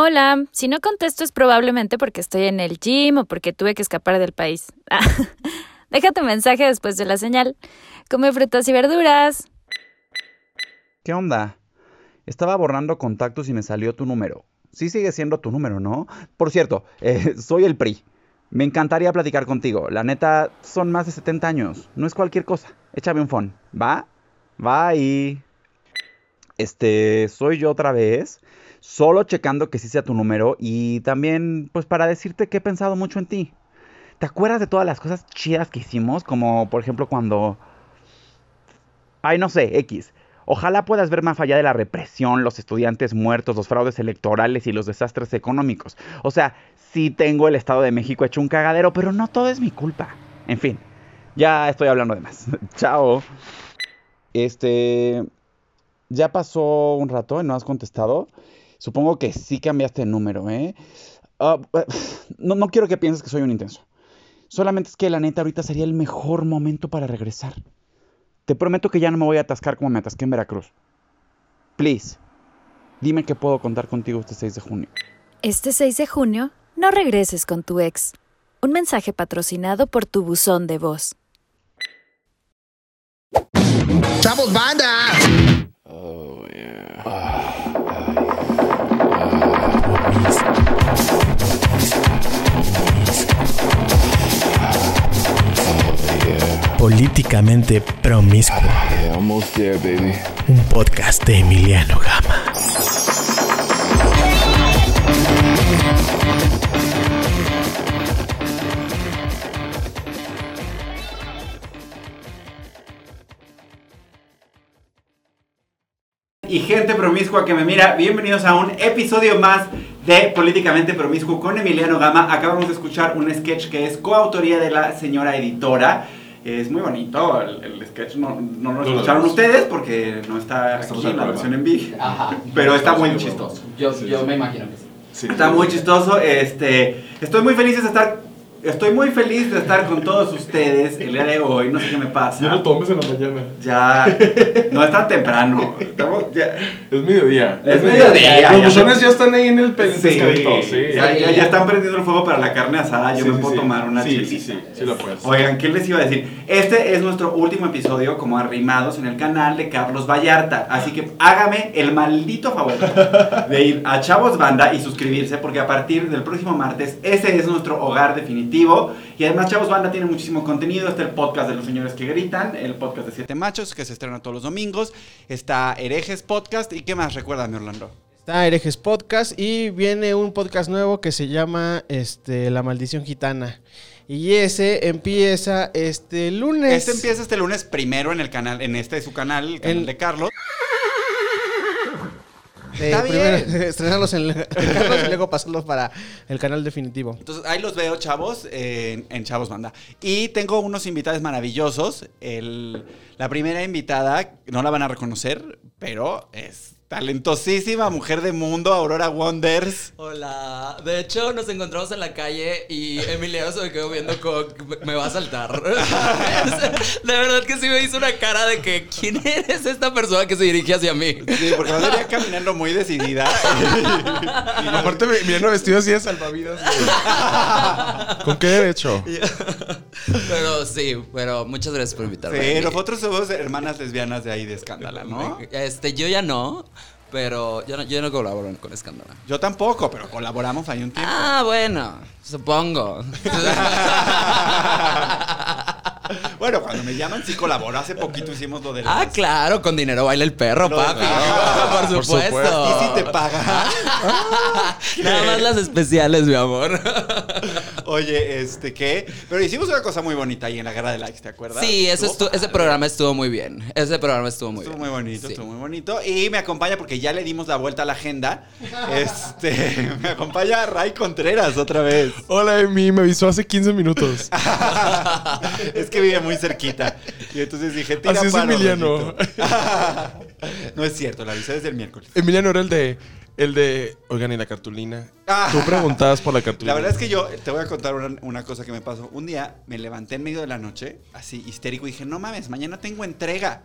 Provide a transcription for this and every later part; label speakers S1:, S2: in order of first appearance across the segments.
S1: Hola, si no contesto es probablemente porque estoy en el gym o porque tuve que escapar del país. Deja tu mensaje después de la señal. Come frutas y verduras.
S2: ¿Qué onda? Estaba borrando contactos y me salió tu número. Sí sigue siendo tu número, ¿no? Por cierto, eh, soy el PRI. Me encantaría platicar contigo. La neta, son más de 70 años. No es cualquier cosa. Échame un phone. ¿Va? Bye. Este, soy yo otra vez. Solo checando que sí sea tu número y también, pues, para decirte que he pensado mucho en ti. ¿Te acuerdas de todas las cosas chidas que hicimos? Como, por ejemplo, cuando... Ay, no sé, X. Ojalá puedas ver más allá de la represión, los estudiantes muertos, los fraudes electorales y los desastres económicos. O sea, sí tengo el Estado de México hecho un cagadero, pero no todo es mi culpa. En fin, ya estoy hablando de más. Chao. Este... Ya pasó un rato y no has contestado. Supongo que sí cambiaste el número, ¿eh? Ah, no, no quiero que pienses que soy un intenso. Solamente es que la neta ahorita sería el mejor momento para regresar. Te prometo que ya no me voy a atascar como me atasqué en Veracruz. Please, dime que puedo contar contigo este 6 de junio.
S1: Este 6 de junio, no regreses con tu ex. Un mensaje patrocinado por tu buzón de voz.
S3: ¡Chavos, banda!
S4: Políticamente Promiscuo. Un podcast de Emiliano Gama.
S5: Y gente promiscua que me mira, bienvenidos a un episodio más de Políticamente Promiscuo con Emiliano Gama. Acabamos de escuchar un sketch que es coautoría de la señora editora. Es muy bonito el, el sketch, no, no lo escucharon ustedes porque no está aquí en la versión en vivo,
S6: Ajá.
S5: pero está muy chistoso.
S6: Yo, yo me imagino que sí.
S5: Está muy chistoso. Este, estoy muy feliz de estar, estoy muy feliz de estar con todos ustedes el día de hoy. No sé qué me
S7: Ya no
S5: pasa.
S7: tomes en la mañana.
S5: Ya, no es tan temprano. Estamos ya.
S7: Es mediodía.
S5: Es mediodía, ya.
S7: Los buzones ya están ahí en el pe- pescadito, sí.
S5: Ya, ya- ya están prendiendo el fuego para la carne asada. Yo
S7: Sí,
S5: me
S7: sí,
S5: puedo
S7: sí.
S5: tomar una
S7: sí,
S5: chilita.
S7: Sí, sí, sí, lo puedes.
S5: Pues, Oigan, ¿qué les iba a decir? Este es nuestro último episodio como arrimados en el canal de Carlos Vallarta. Así que hágame el maldito favor de ir a Chavos Banda y suscribirse porque a partir del próximo martes ese es nuestro hogar definitivo. Y además Chavos Banda tiene muchísimo contenido. Está el podcast de los señores que gritan, el podcast de Siete Machos que se estrena todos los domingos. Está Herejes Podcast y ¿qué más? Recuérdame Orlando.
S8: Está Herejes Podcast y viene un podcast nuevo que se llama este, La Maldición Gitana. Y ese empieza este lunes.
S5: Este empieza este lunes primero en el canal, en este su canal, el canal
S8: El-
S5: de Carlos.
S8: Eh,
S5: Está
S8: primero
S5: bien.
S8: estrenarlos en, en Carlos y luego pasarlos para el canal definitivo.
S5: Entonces ahí los veo, chavos, en, en Chavos Banda. Y tengo unos invitados maravillosos. El- la primera invitada, no la van a reconocer, pero es talentosísima mujer de mundo, Aurora Wonders.
S6: Hola. De hecho, nos encontramos en la calle y Emiliano se me quedó viendo como que me- me va a saltar. de verdad que sí me hizo una cara de que ¿quién eres esta persona que se dirige hacia mí?
S5: Sí, porque no venía caminando muy decidida.
S7: Y aparte, mi- mirando vestido así de salvavidas. güey. ¿Con qué derecho?
S6: Pero sí, pero muchas gracias por invitarme.
S5: Sí,
S6: Emily.
S5: nosotros somos hermanas lesbianas de ahí de escándala, ¿no?
S6: Este, yo ya no, pero yo no, yo no colaboro con Escándalo.
S5: Yo tampoco, pero colaboramos ahí un tiempo.
S6: Ah, bueno, supongo.
S5: Bueno, cuando me llaman sí colaboro. Hace poquito hicimos lo de las-
S6: Ah, claro, con dinero baila el perro,
S5: Lo de
S6: papi.
S5: la-
S6: por supuesto.
S5: Y sí te paga.
S6: Ah, Nada más las especiales, mi amor.
S5: Oye, este, ¿qué? Pero hicimos una cosa muy bonita ahí en la guerra de likes, ¿te acuerdas?
S6: Sí, ese, estu- ese programa estuvo muy bien. Ese programa estuvo muy
S5: Estuvo
S6: bien.
S5: muy bonito,
S6: Sí.
S5: estuvo muy bonito. Y me acompaña, porque ya le dimos la vuelta a la agenda, este, me acompaña Ray Contreras otra vez.
S7: Hola, Emi. Me avisó hace 15 minutos.
S5: es que vive muy cerquita. Y entonces dije, tira
S7: Así es
S5: paro,
S7: Emiliano.
S5: Rayito. no es cierto, la avisé desde el miércoles.
S7: Emiliano era el de. El de. Oigan, y la cartulina.
S5: Ah.
S7: Tú preguntabas por la cartulina.
S5: La verdad es que yo te voy a contar una, una cosa que me pasó. Un día me levanté en medio de la noche, así histérico, y dije, no mames, mañana tengo entrega.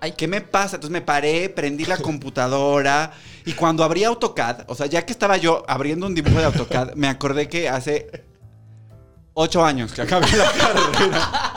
S6: Ay.
S5: ¿Qué me pasa? Entonces me paré, prendí la computadora y cuando abrí AutoCAD, o sea, ya que estaba yo abriendo un dibujo de AutoCAD, me acordé que hace ocho años que acabé la carrera.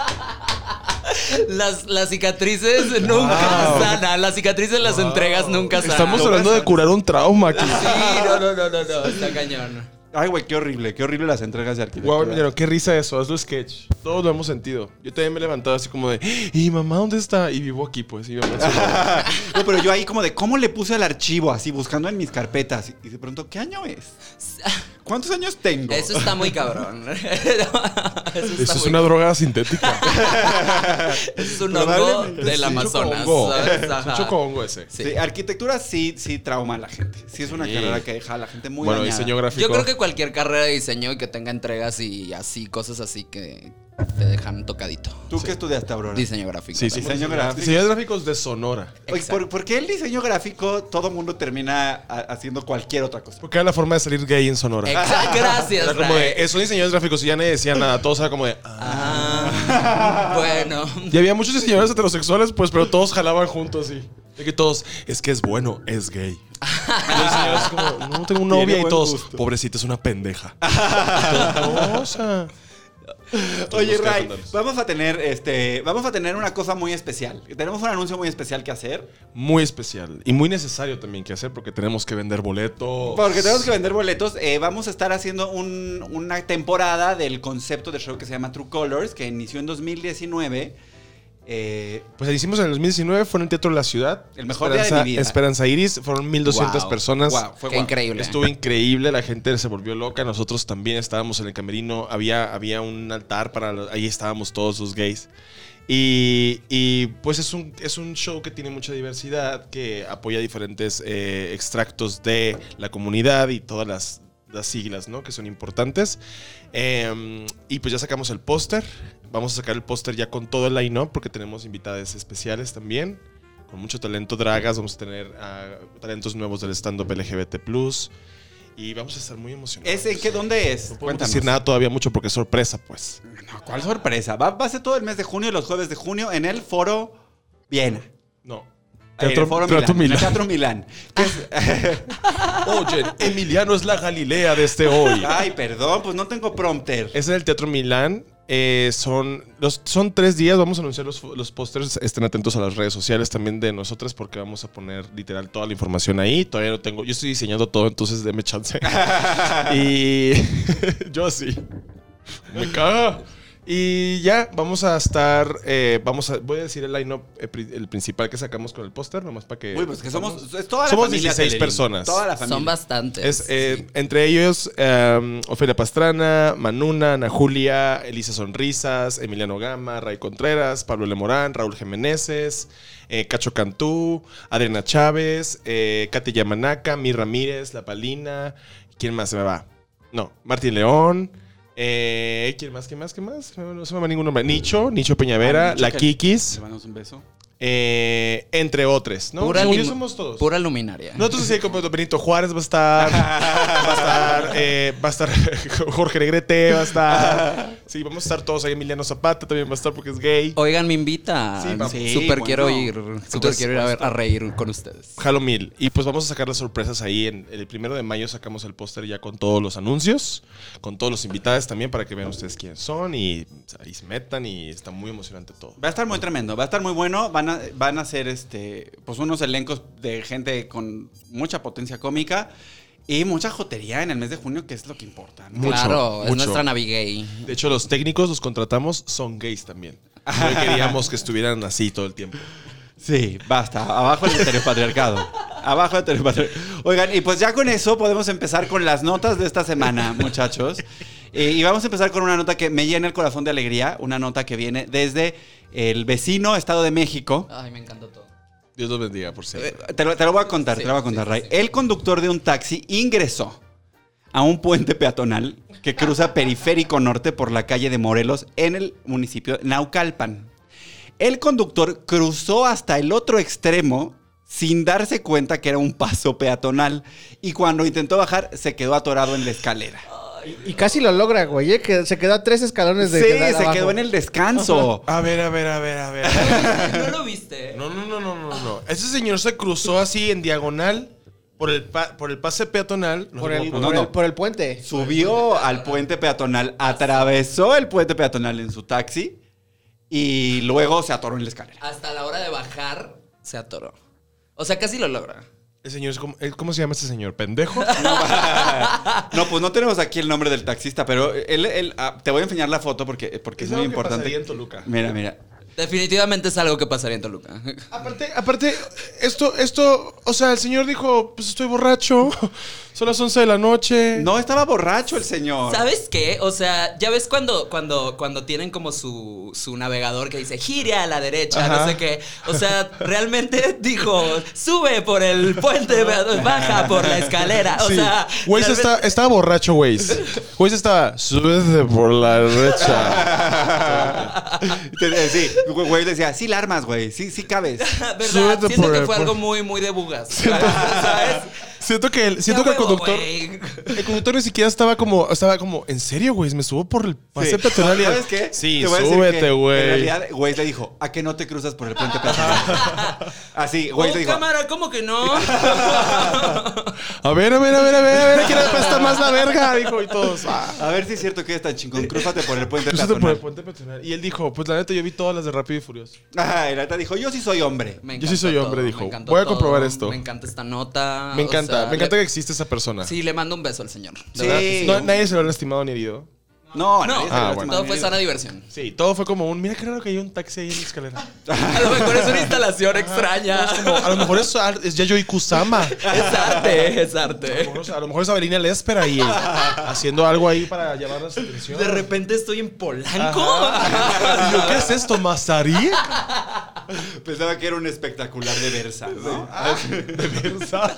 S6: Las, las cicatrices nunca
S7: Wow.
S6: sanan. Las cicatrices las entregas nunca sanan.
S7: Estamos hablando de curar un trauma aquí.
S6: Sí, no, no, no, no, no. Está cañón.
S5: Ay, güey, qué horrible, qué horrible las entregas de arquitectura.
S7: Guau, pero qué risa eso, hazlo sketch. Todos lo hemos sentido. Yo también me he levantado así como de, "¡Eh, ¿y mamá dónde está? Y vivo aquí, pues. Y
S5: Ah,
S7: mi mamá en su lado.
S5: No, pero yo ahí como de, ¿cómo le puse al archivo? Así, buscando en mis carpetas. Y de pronto, ¿qué año es? ¿Cuántos años tengo?
S6: Eso está muy cabrón. No, Eso,
S7: Eso es una droga sintética.
S6: es un hongo
S5: Probablemente
S6: del
S5: sí.
S6: Amazonas.
S7: Chocongo.
S6: ¿sabes?
S7: Es un
S6: Ajá.
S7: chocongo ese.
S6: Sí.
S5: Sí, arquitectura sí, sí trauma a la gente. Sí es una carrera que deja a la gente muy
S7: bueno,
S5: dañada.
S7: diseño gráfico.
S6: Yo creo que cualquier carrera de diseño y que tenga entregas y así, cosas así que te dejan tocadito.
S5: ¿Tú qué estudiaste, Aurora?
S6: Diseño gráfico.
S7: Sí, sí.
S5: Diseño gráfico.
S7: Diseño gráficos de Sonora.
S5: Oye, ¿por, por qué el diseño gráfico todo mundo termina a- haciendo cualquier otra cosa?
S7: Porque era la forma de salir gay en Sonora.
S6: Exa- Gracias.
S7: Era como
S6: Ray.
S7: de, son diseñadores gráficos y ya nadie decía nada. Todos era como de, ah.
S6: Ah, bueno.
S7: Y había muchos diseñadores heterosexuales, pues, pero todos jalaban juntos así. De que todos, es que es bueno, es gay. Y los diseñadores como, no, tengo una
S5: Tiene
S7: novia y
S5: buen
S7: todos,
S5: gusto.
S7: pobrecita, es una pendeja. Y todos, "No, o sea".
S5: Oye,
S7: Los
S5: Ray,
S7: escándalos.
S5: vamos a tener este, vamos a tener una cosa muy especial. Tenemos un anuncio muy especial que hacer.
S7: Muy especial y muy necesario también que hacer porque tenemos que vender boletos.
S5: Porque tenemos que vender boletos. Eh, vamos a estar haciendo un- una temporada del concepto de show que se llama True Colors, que inició en 2019. Eh,
S7: Pues lo hicimos en el 2019, fue en el Teatro de la Ciudad.
S5: El mejor día de mi vida.
S7: Esperanza Iris, fueron 1200
S6: Wow,
S7: personas.
S5: wow, fue
S6: Qué
S5: guau.
S6: increíble.
S7: Estuvo increíble, la gente se volvió loca, nosotros también estábamos en el camerino, había, había un altar para, los- ahí estábamos todos los gays. Y, y, pues es un, es un show que tiene mucha diversidad, que apoya diferentes eh, extractos de la comunidad y todas las, las siglas, ¿no? Que son importantes. Eh, y pues ya sacamos el póster, vamos a sacar el póster ya con todo el line-up porque tenemos invitadas especiales también. Con mucho talento, dragas, vamos a tener ah, talentos nuevos del stand-up LGBT. Y vamos a estar muy emocionados.
S5: ¿Ese en qué dónde es?
S7: No podemos decir nada todavía mucho porque es sorpresa, pues.
S5: No, ¿Cuál sorpresa? Va, va a ser todo el mes de junio y los jueves de junio en el Foro Viena.
S7: No.
S5: En Eh, el Foro Milán, en
S7: Teatro
S5: el
S7: Milán.
S5: Teatro Milán. Que es-
S7: Oye, Emiliano es la Galilea de este hoy.
S5: Ay, perdón, pues no tengo prompter.
S7: Es en el Teatro Milán. eh, son, los, son tres días. Vamos a anunciar los, los pósters. Estén atentos a las redes sociales también de nosotras porque vamos a poner literal toda la información ahí. Todavía no tengo. Yo estoy diseñando todo, entonces deme chance. y yo sí. Me cago. Y ya, vamos a estar. eh, vamos a, voy a decir el line-up, eh, pri- el principal que sacamos con el póster, nomás para que.
S5: Uy, pues que somos. Es toda la
S7: Somos
S5: familia
S7: 16
S5: Telerín.
S7: personas.
S5: Toda la
S6: Son
S5: familia.
S6: bastantes.
S7: Es, eh,
S6: sí.
S7: Entre ellos, em, Ofelia Pastrana, Manuna, Ana Julia, Elisa Sonrisas, Emiliano Gama, Ray Contreras, Pablo Lemorán, Raúl Jiménezes, eh, Cacho Cantú, Adriana Chávez, eh, Katy Yamanaka, Mi Ramírez, La Palina. ¿Quién más se me va? No, Martín León. eh, ¿Quién más? ¿Quién más? ¿Quién más? No se me va ningún nombre. Nicho, Nicho Peñavera,
S5: Ah, Nicho
S7: La
S5: que-
S7: Kikis,
S5: Le mandamos un beso.
S7: eh, entre otros. ¿no?
S6: Pura
S7: Según yo
S6: lim-
S7: somos todos.
S6: Pura luminaria.
S7: Nosotros sí, como Benito Juárez va a estar, va a estar, eh, va a estar Jorge Negrete, va a estar. Sí, vamos a estar todos ahí. Emiliano Zapata también va a estar porque es gay.
S6: Oigan, me invitan.
S5: Sí, vamos. Sí,
S6: Súper
S5: bueno.
S6: quiero ir. Súper
S7: Entonces,
S6: quiero ir a, ver- a reír con ustedes.
S7: Jalo mil. Y pues vamos a sacar las sorpresas ahí. En, el primero de mayo sacamos el póster ya con todos los anuncios, con todos los invitados también para que vean ustedes quiénes son y ahí se metan y está muy emocionante todo.
S5: Va a estar muy tremendo, va a estar muy bueno. Van a, van a ser este, pues unos elencos de gente con mucha potencia cómica y mucha jotería en el mes de junio, que es lo que importa. ¿no?
S7: Mucho,
S6: claro,
S7: mucho.
S6: es nuestra navigay.
S7: De hecho, los técnicos los contratamos son gays también. No queríamos que estuvieran así todo el tiempo.
S5: Sí, basta. Abajo el heteropatriarcado. Abajo el heteropatriarcado. Oigan, y pues ya con eso podemos empezar con las notas de esta semana, muchachos. Y, y vamos a empezar con una nota que me llena el corazón de alegría. Una nota que viene desde el vecino Estado de México.
S6: Ay, me encantó todo.
S7: Dios los bendiga, por
S5: Eh,
S7: cierto.
S5: Te lo, te lo voy a contar,
S6: Sí,
S5: te lo voy a contar,
S6: sí,
S5: Ray.
S6: sí.
S5: El conductor de un taxi ingresó a un puente peatonal que cruza periférico norte por la calle de Morelos en el municipio de Naucalpan. El conductor cruzó hasta el otro extremo sin darse cuenta que era un paso peatonal y cuando intentó bajar se quedó atorado en la escalera.
S8: Y casi lo logra, güey. ¿eh? Que se quedó a tres escalones de
S5: sí,
S8: quedar
S5: se
S8: abajo.
S5: quedó en el descanso.
S7: A ver, a ver, a ver, a ver.
S6: No lo viste.
S7: No, no, no, no, no, no. Ese señor se cruzó así en diagonal por el, pa- por el pase peatonal. No
S8: Por
S7: sé
S8: el,
S7: cómo-
S8: por
S5: no.
S8: el- por el puente.
S5: Subió al puente peatonal, atravesó el puente peatonal en su taxi y luego se atoró en la escalera.
S6: Hasta la hora de bajar se atoró. O sea, casi lo logra.
S7: El señor es como- el- ¿Cómo se llama ese señor? ¿Pendejo?
S5: No, pues no tenemos aquí el nombre del taxista, pero él, él- ah, te voy a enseñar la foto porque, porque es,
S7: Es
S5: muy
S7: algo que
S5: importante.
S7: pasaría en Toluca.
S5: Mira, mira.
S6: Definitivamente es algo que pasaría en Toluca.
S7: Aparte, aparte, esto, esto, o sea, el señor dijo, pues estoy borracho, son las 11 de la noche.
S5: No, estaba borracho el señor.
S6: ¿Sabes qué? O sea, ya ves cuando, cuando, cuando tienen como su, su navegador que dice gire a la derecha,
S7: Ajá.
S6: no sé qué. O sea, realmente dijo sube por el puente, baja por la escalera. O
S7: Sí.
S6: sea,
S7: Waze
S6: realmente-
S7: está, estaba borracho, Waze. Waze estaba, súbete por la derecha.
S5: Te- eh, Sí, güey güey decía, sí la armas, güey, sí, sí cabes.
S6: ¿Verdad?
S7: Súbete
S6: Siento
S7: por
S6: que
S7: el
S6: fue algo
S7: puente.
S6: muy, muy de bugas. ¿Sabes?
S7: Siento que el, siento que
S6: Ya
S7: el
S6: huevo,
S7: conductor,
S6: güey.
S7: el conductor ni siquiera estaba como, estaba como, ¿en serio, güey? Me subo por el pase
S5: Sí.
S7: peatonal y-
S5: ¿Sabes qué?
S7: Sí,
S5: Te voy a decir que
S7: súbete, güey.
S5: En realidad, güey le dijo, ¿a qué no te cruzas por el puente peatonal? Así, güey
S6: Oh,
S5: le dijo.
S6: cámara, ¿cómo que no?
S7: A ver, a ver, a ver, a ver, a ver, ¿quién apesta más la verga? Dijo y todos. "Ah".
S5: A ver si es cierto que es tan chingón, crúzate por el puente
S7: Cruzate
S5: peatonal.
S7: por el puente peatonal. Y él dijo, pues la neta, yo vi todas las de Rápido y Furioso.
S5: Ajá, y la neta dijo, yo sí soy hombre.
S6: Me
S7: Yo sí
S6: encantó
S7: soy hombre,
S6: todo,
S7: dijo.
S6: me encantó
S7: Voy a
S6: todo,
S7: comprobar esto.
S6: Me encanta esta nota.
S7: Me
S6: Ah, o
S7: encanta,
S6: sea,
S7: me encanta
S6: le-
S7: que existe esa persona.
S6: Sí, le mando un beso al señor. De
S5: Sí.
S6: verdad que
S7: No, nadie se lo ha lastimado ni herido.
S5: No,
S6: No,
S5: nadie se
S7: Ah,
S5: lastima
S7: bueno.
S5: de
S6: todo
S5: mi
S6: fue
S5: vida.
S6: sana diversión.
S7: Sí, todo fue como un, mira qué raro que hay un taxi ahí en la escalera.
S6: A lo mejor es una instalación extraña.
S7: Ah, Es como, a lo mejor es, ar- es Yayoi Kusama.
S6: Es arte, es
S7: A lo
S6: arte.
S7: mejor es- a lo mejor es Avelina Léspera ahí, haciendo algo ahí para llamar la atención.
S6: De repente estoy en Polanco.
S7: Y yo, ¿qué es esto, Masari?
S5: Pensaba que era un espectacular de Versa, ¿no?
S7: De verdad.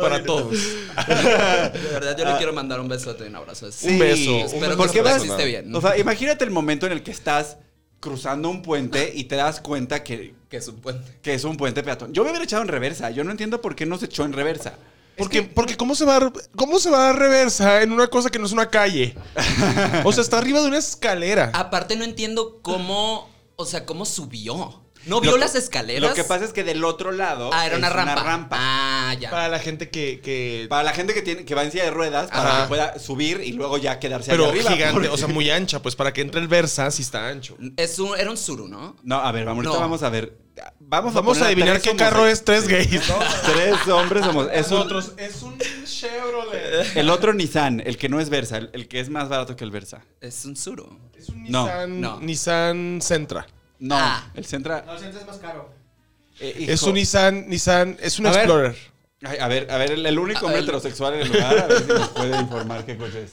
S7: Para todos.
S6: De verdad, yo le quiero mandar un besote y un abrazo. Es-
S5: Sí,
S7: beso, un
S6: Espero
S7: beso
S6: que
S5: ¿Por qué
S6: se la
S5: vas?
S6: hiciste bien.
S5: O sea, imagínate el momento en el que estás cruzando un puente y te das cuenta que,
S6: que es un puente.
S5: que es un puente peatón. Yo me hubiera echado en reversa. Yo no entiendo por qué no se echó en reversa.
S7: Porque, porque ¿cómo, se va a, dar- ¿cómo se va a dar reversa en una cosa que no es una calle? O sea, está arriba de una escalera.
S5: Ah,
S6: Aparte, no entiendo cómo. O sea, cómo subió. ¿No vio
S5: Lo-
S6: las escaleras?
S5: Lo que pasa es que del otro lado
S6: Ah, era una
S5: es
S6: rampa. Ah, ya.
S7: Para la gente que... que
S5: Para la gente que tiene que va en silla de ruedas, para
S7: Ajá.
S5: que pueda subir y luego ya quedarse ahí
S7: pero
S5: arriba.
S7: gigante,
S5: porque-
S7: o sea, muy ancha. Pues para que entre el Versa sí está ancho.
S6: Es un, era un suru, ¿no?
S5: No, a ver, vamos, ahorita
S6: No.
S5: vamos a ver. Vamos,
S7: Vamos
S5: poner
S7: a adivinar
S5: tres ¿eh?
S7: qué
S5: homosex-
S7: carro es tres gays. ¿no?
S5: Tres hombres somos. Es un-
S7: es un Chevrolet.
S5: el otro Nissan, el que no es Versa, el, el que es más barato que el Versa.
S6: Es un suru.
S7: Es un
S5: No,
S7: Nissan,
S6: no.
S7: Nissan Sentra.
S5: No,
S6: Ah.
S5: el Sentra.
S8: es más caro.
S5: eh,
S7: Es
S5: hijo.
S7: un Nissan, Nissan, es un
S8: A ver.
S7: Explorer.
S5: Ay, a ver, a ver, el, el único
S6: A
S5: hombre
S6: ver.
S5: heterosexual en el lugar, a ver si nos puede informar qué coche es.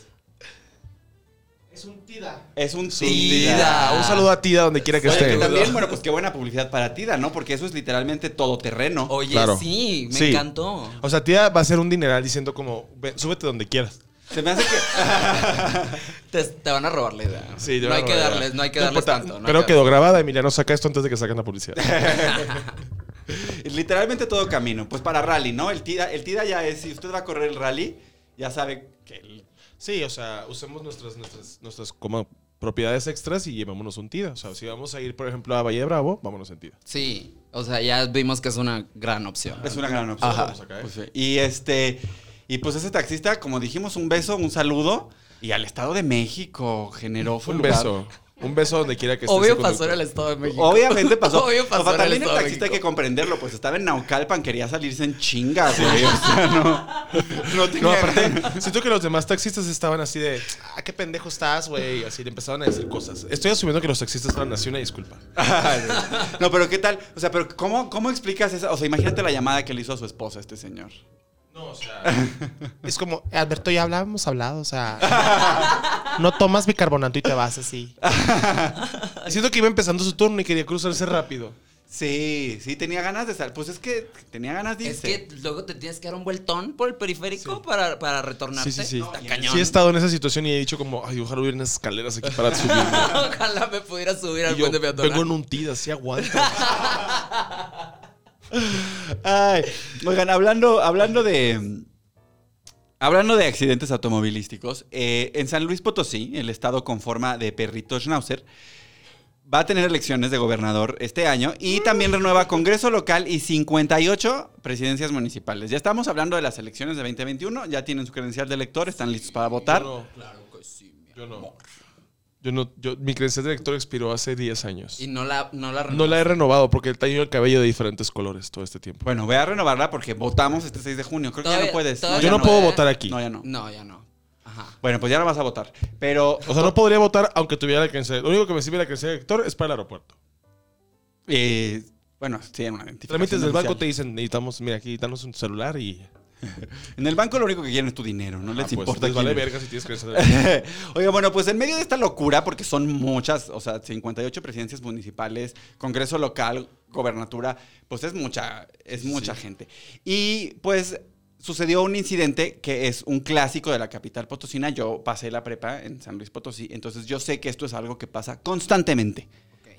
S8: Es un tida.
S5: Es un
S6: Tida.
S5: Tida.
S7: Ah, un saludo a Tida donde quiera que
S5: Oye, que
S7: esté.
S5: también, bueno, pues qué buena publicidad para Tida, ¿no? Porque eso es literalmente todoterreno.
S6: Oye,
S7: Claro.
S6: sí, me
S7: Sí.
S6: encantó.
S7: O sea, Tida va a ser un dineral diciendo como, "Ve, súbete donde quieras.
S5: Se me hace que.
S6: Te, te van a robar la idea.
S7: Sí, de
S6: no hay
S7: verdad,
S6: que
S7: de verdad.
S6: darles, no hay que
S7: No
S6: darles
S7: importa,
S6: tanto. no hay
S7: pero
S6: que darles-
S7: quedó grabada, Emiliano saca esto antes de que saquen la publicidad.
S5: literalmente todo camino. Pues para rally, ¿no? El Tida, el Tida ya es, si usted va a correr el rally, ya sabe que el-
S7: sí, o sea, usemos nuestras, nuestras, nuestras como propiedades extras y llevémonos un Tida. O sea, si vamos a ir, por ejemplo, a Valle de Bravo, vámonos en Tida.
S6: Sí, o sea, ya vimos que es una gran opción.
S5: es una gran opción.
S7: Ajá. Vamos acá, ¿eh?
S5: Pues sí. y este. Y pues ese taxista, como dijimos, un beso, un saludo. Y al Estado de México generó fue
S7: Un
S5: lugar.
S7: beso. Un beso donde quiera que esté.
S6: Obvio
S7: ese
S6: pasó en
S7: conductor.
S6: el Estado de México.
S5: Obviamente pasó.
S6: Obvio
S5: O
S6: pasó
S5: sea,
S6: en el
S5: también el
S6: Estado de
S5: taxista hay que
S6: México.
S5: comprenderlo, pues estaba en Naucalpan, quería salirse en chingas, güey. O sea, no. No tenía.
S7: No, aparte, siento que los demás taxistas estaban así de, ah, qué pendejo estás, güey. Así le empezaban a decir cosas. Estoy asumiendo que los taxistas fueron así, una disculpa.
S5: Ay, no, pero ¿qué tal? O sea, pero ¿cómo, ¿cómo explicas esa? O sea, imagínate la llamada que le hizo a su esposa este señor.
S7: No, o sea. es como, Alberto, ya hablábamos hablado, o sea. no tomas bicarbonato y te vas así. siento que iba empezando su turno y quería cruzarse rápido.
S5: Sí, sí, tenía ganas de salir. Pues es que tenía ganas de
S6: Es
S5: irse.
S6: que luego te tienes que dar un vueltón por el periférico para, para retornarte.
S7: Sí, sí, sí.
S6: Está cañón.
S7: Sí he estado en esa situación y he dicho como, ay, ojalá hubiera unas escaleras aquí para subir.
S6: Ojalá me pudiera subir al
S7: Y yo
S6: puente peatonal.
S7: vengo en un tida, así aguanta.
S5: Ay, oigan, hablando, hablando de. Hablando de accidentes automovilísticos, eh, en San Luis Potosí, el estado con forma de perrito schnauzer, va a tener elecciones de gobernador este año y también renueva Congreso local y 58 presidencias municipales. Ya estamos hablando de las elecciones de 2021, ya tienen su credencial de elector, están listos para votar.
S7: Yo no, yo no. Yo no, yo- mi credencial de lector expiró hace 10 años.
S6: Y no la, no la
S7: No la he renovado porque he tenido el cabello de diferentes colores todo este tiempo.
S5: Bueno, voy a renovarla porque votamos este 6 de junio. Creo que ya
S6: Todavía-
S5: no puedes.
S6: todavía
S7: Yo
S5: ya
S7: no
S6: no,
S7: puedo
S6: ¿eh?
S7: votar aquí.
S5: No, ya no.
S6: No, ya no. Ajá.
S5: Bueno, pues ya no vas a votar. Pero
S7: O sea, no podría votar aunque tuviera la credencial. Lo único que me sirve la credencial de lector es para el aeropuerto.
S5: Eh, bueno, sí, una identificación
S7: Trámites del banco
S5: oficial.
S7: te dicen, necesitamos, mira, aquí danos un celular y...
S5: En el banco lo único que quieren es tu dinero, no les
S7: Ah, pues,
S5: importa.
S7: les
S5: quién
S7: vale
S5: eres.
S7: verga si tienes credencial de lector.
S5: Oiga, bueno, pues en medio de esta locura, porque son muchas, o sea, 58 presidencias municipales, congreso local, gobernatura, pues es mucha, es mucha gente. Y pues sucedió un incidente que es un clásico de la capital potosina. Yo pasé la prepa en San Luis Potosí, entonces yo sé que esto es algo que pasa constantemente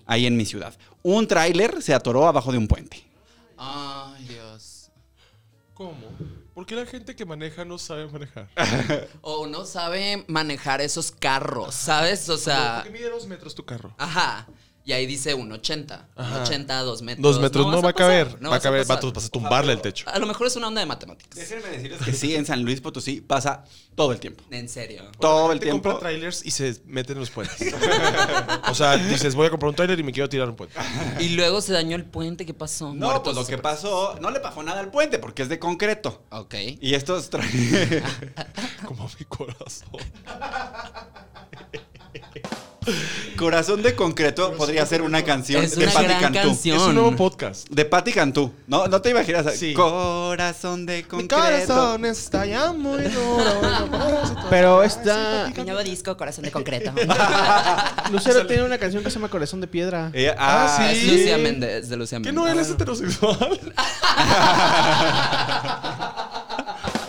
S5: ahí en mi ciudad. Un tráiler se atoró abajo de un puente.
S6: Ay, Dios.
S7: ¿Cómo? ¿Por qué la gente que maneja no sabe manejar?
S6: O no sabe manejar esos carros, ¿sabes? O
S7: ¿Por
S6: sea,
S7: qué mide dos metros tu carro?
S6: ajá. Y ahí dice 1,80.
S7: Ajá.
S6: 1,80 a 2 metros.
S7: Dos metros no,
S6: vas
S7: va a
S6: pasar,
S7: caber.
S6: no
S7: va a
S6: vas a
S7: caber, va
S6: pasar.
S7: a, tu- vas a tumbarle el techo.
S6: A lo mejor es una onda de matemáticas.
S5: Déjenme decirles que sí, en San Luis Potosí pasa todo el tiempo.
S6: En serio.
S5: Todo el
S7: Te
S5: tiempo.
S7: compra trailers y se meten en los puentes. o sea, dices, voy a comprar un trailer y me quiero tirar un puente.
S6: Y luego se dañó el puente. ¿Qué pasó?
S5: No,
S6: Muertos
S5: pues lo
S6: los
S5: que pasó, no le pasó nada al puente porque es de concreto.
S6: Ok.
S5: Y estos traen.
S7: Como mi corazón.
S5: Corazón de concreto podría ser una canción
S6: Es
S5: de
S6: una
S5: Patti
S6: gran
S5: Cantú.
S6: canción.
S7: Es un nuevo podcast.
S5: De Patti Cantú. No, no te imaginas.
S7: Sí.
S5: Corazón de
S7: Mi
S5: concreto.
S7: corazón está ya muy duro.
S8: Pero esta.
S6: nuevo disco, Corazón de Concreto.
S8: Lucero tiene una canción que se llama Corazón de Piedra.
S5: Eh,
S7: Ah,
S5: ah,
S6: Es
S7: sí.
S6: Lucía Méndez, de Lucía
S7: ¿Qué
S6: Méndez.
S7: no eres heterosexual?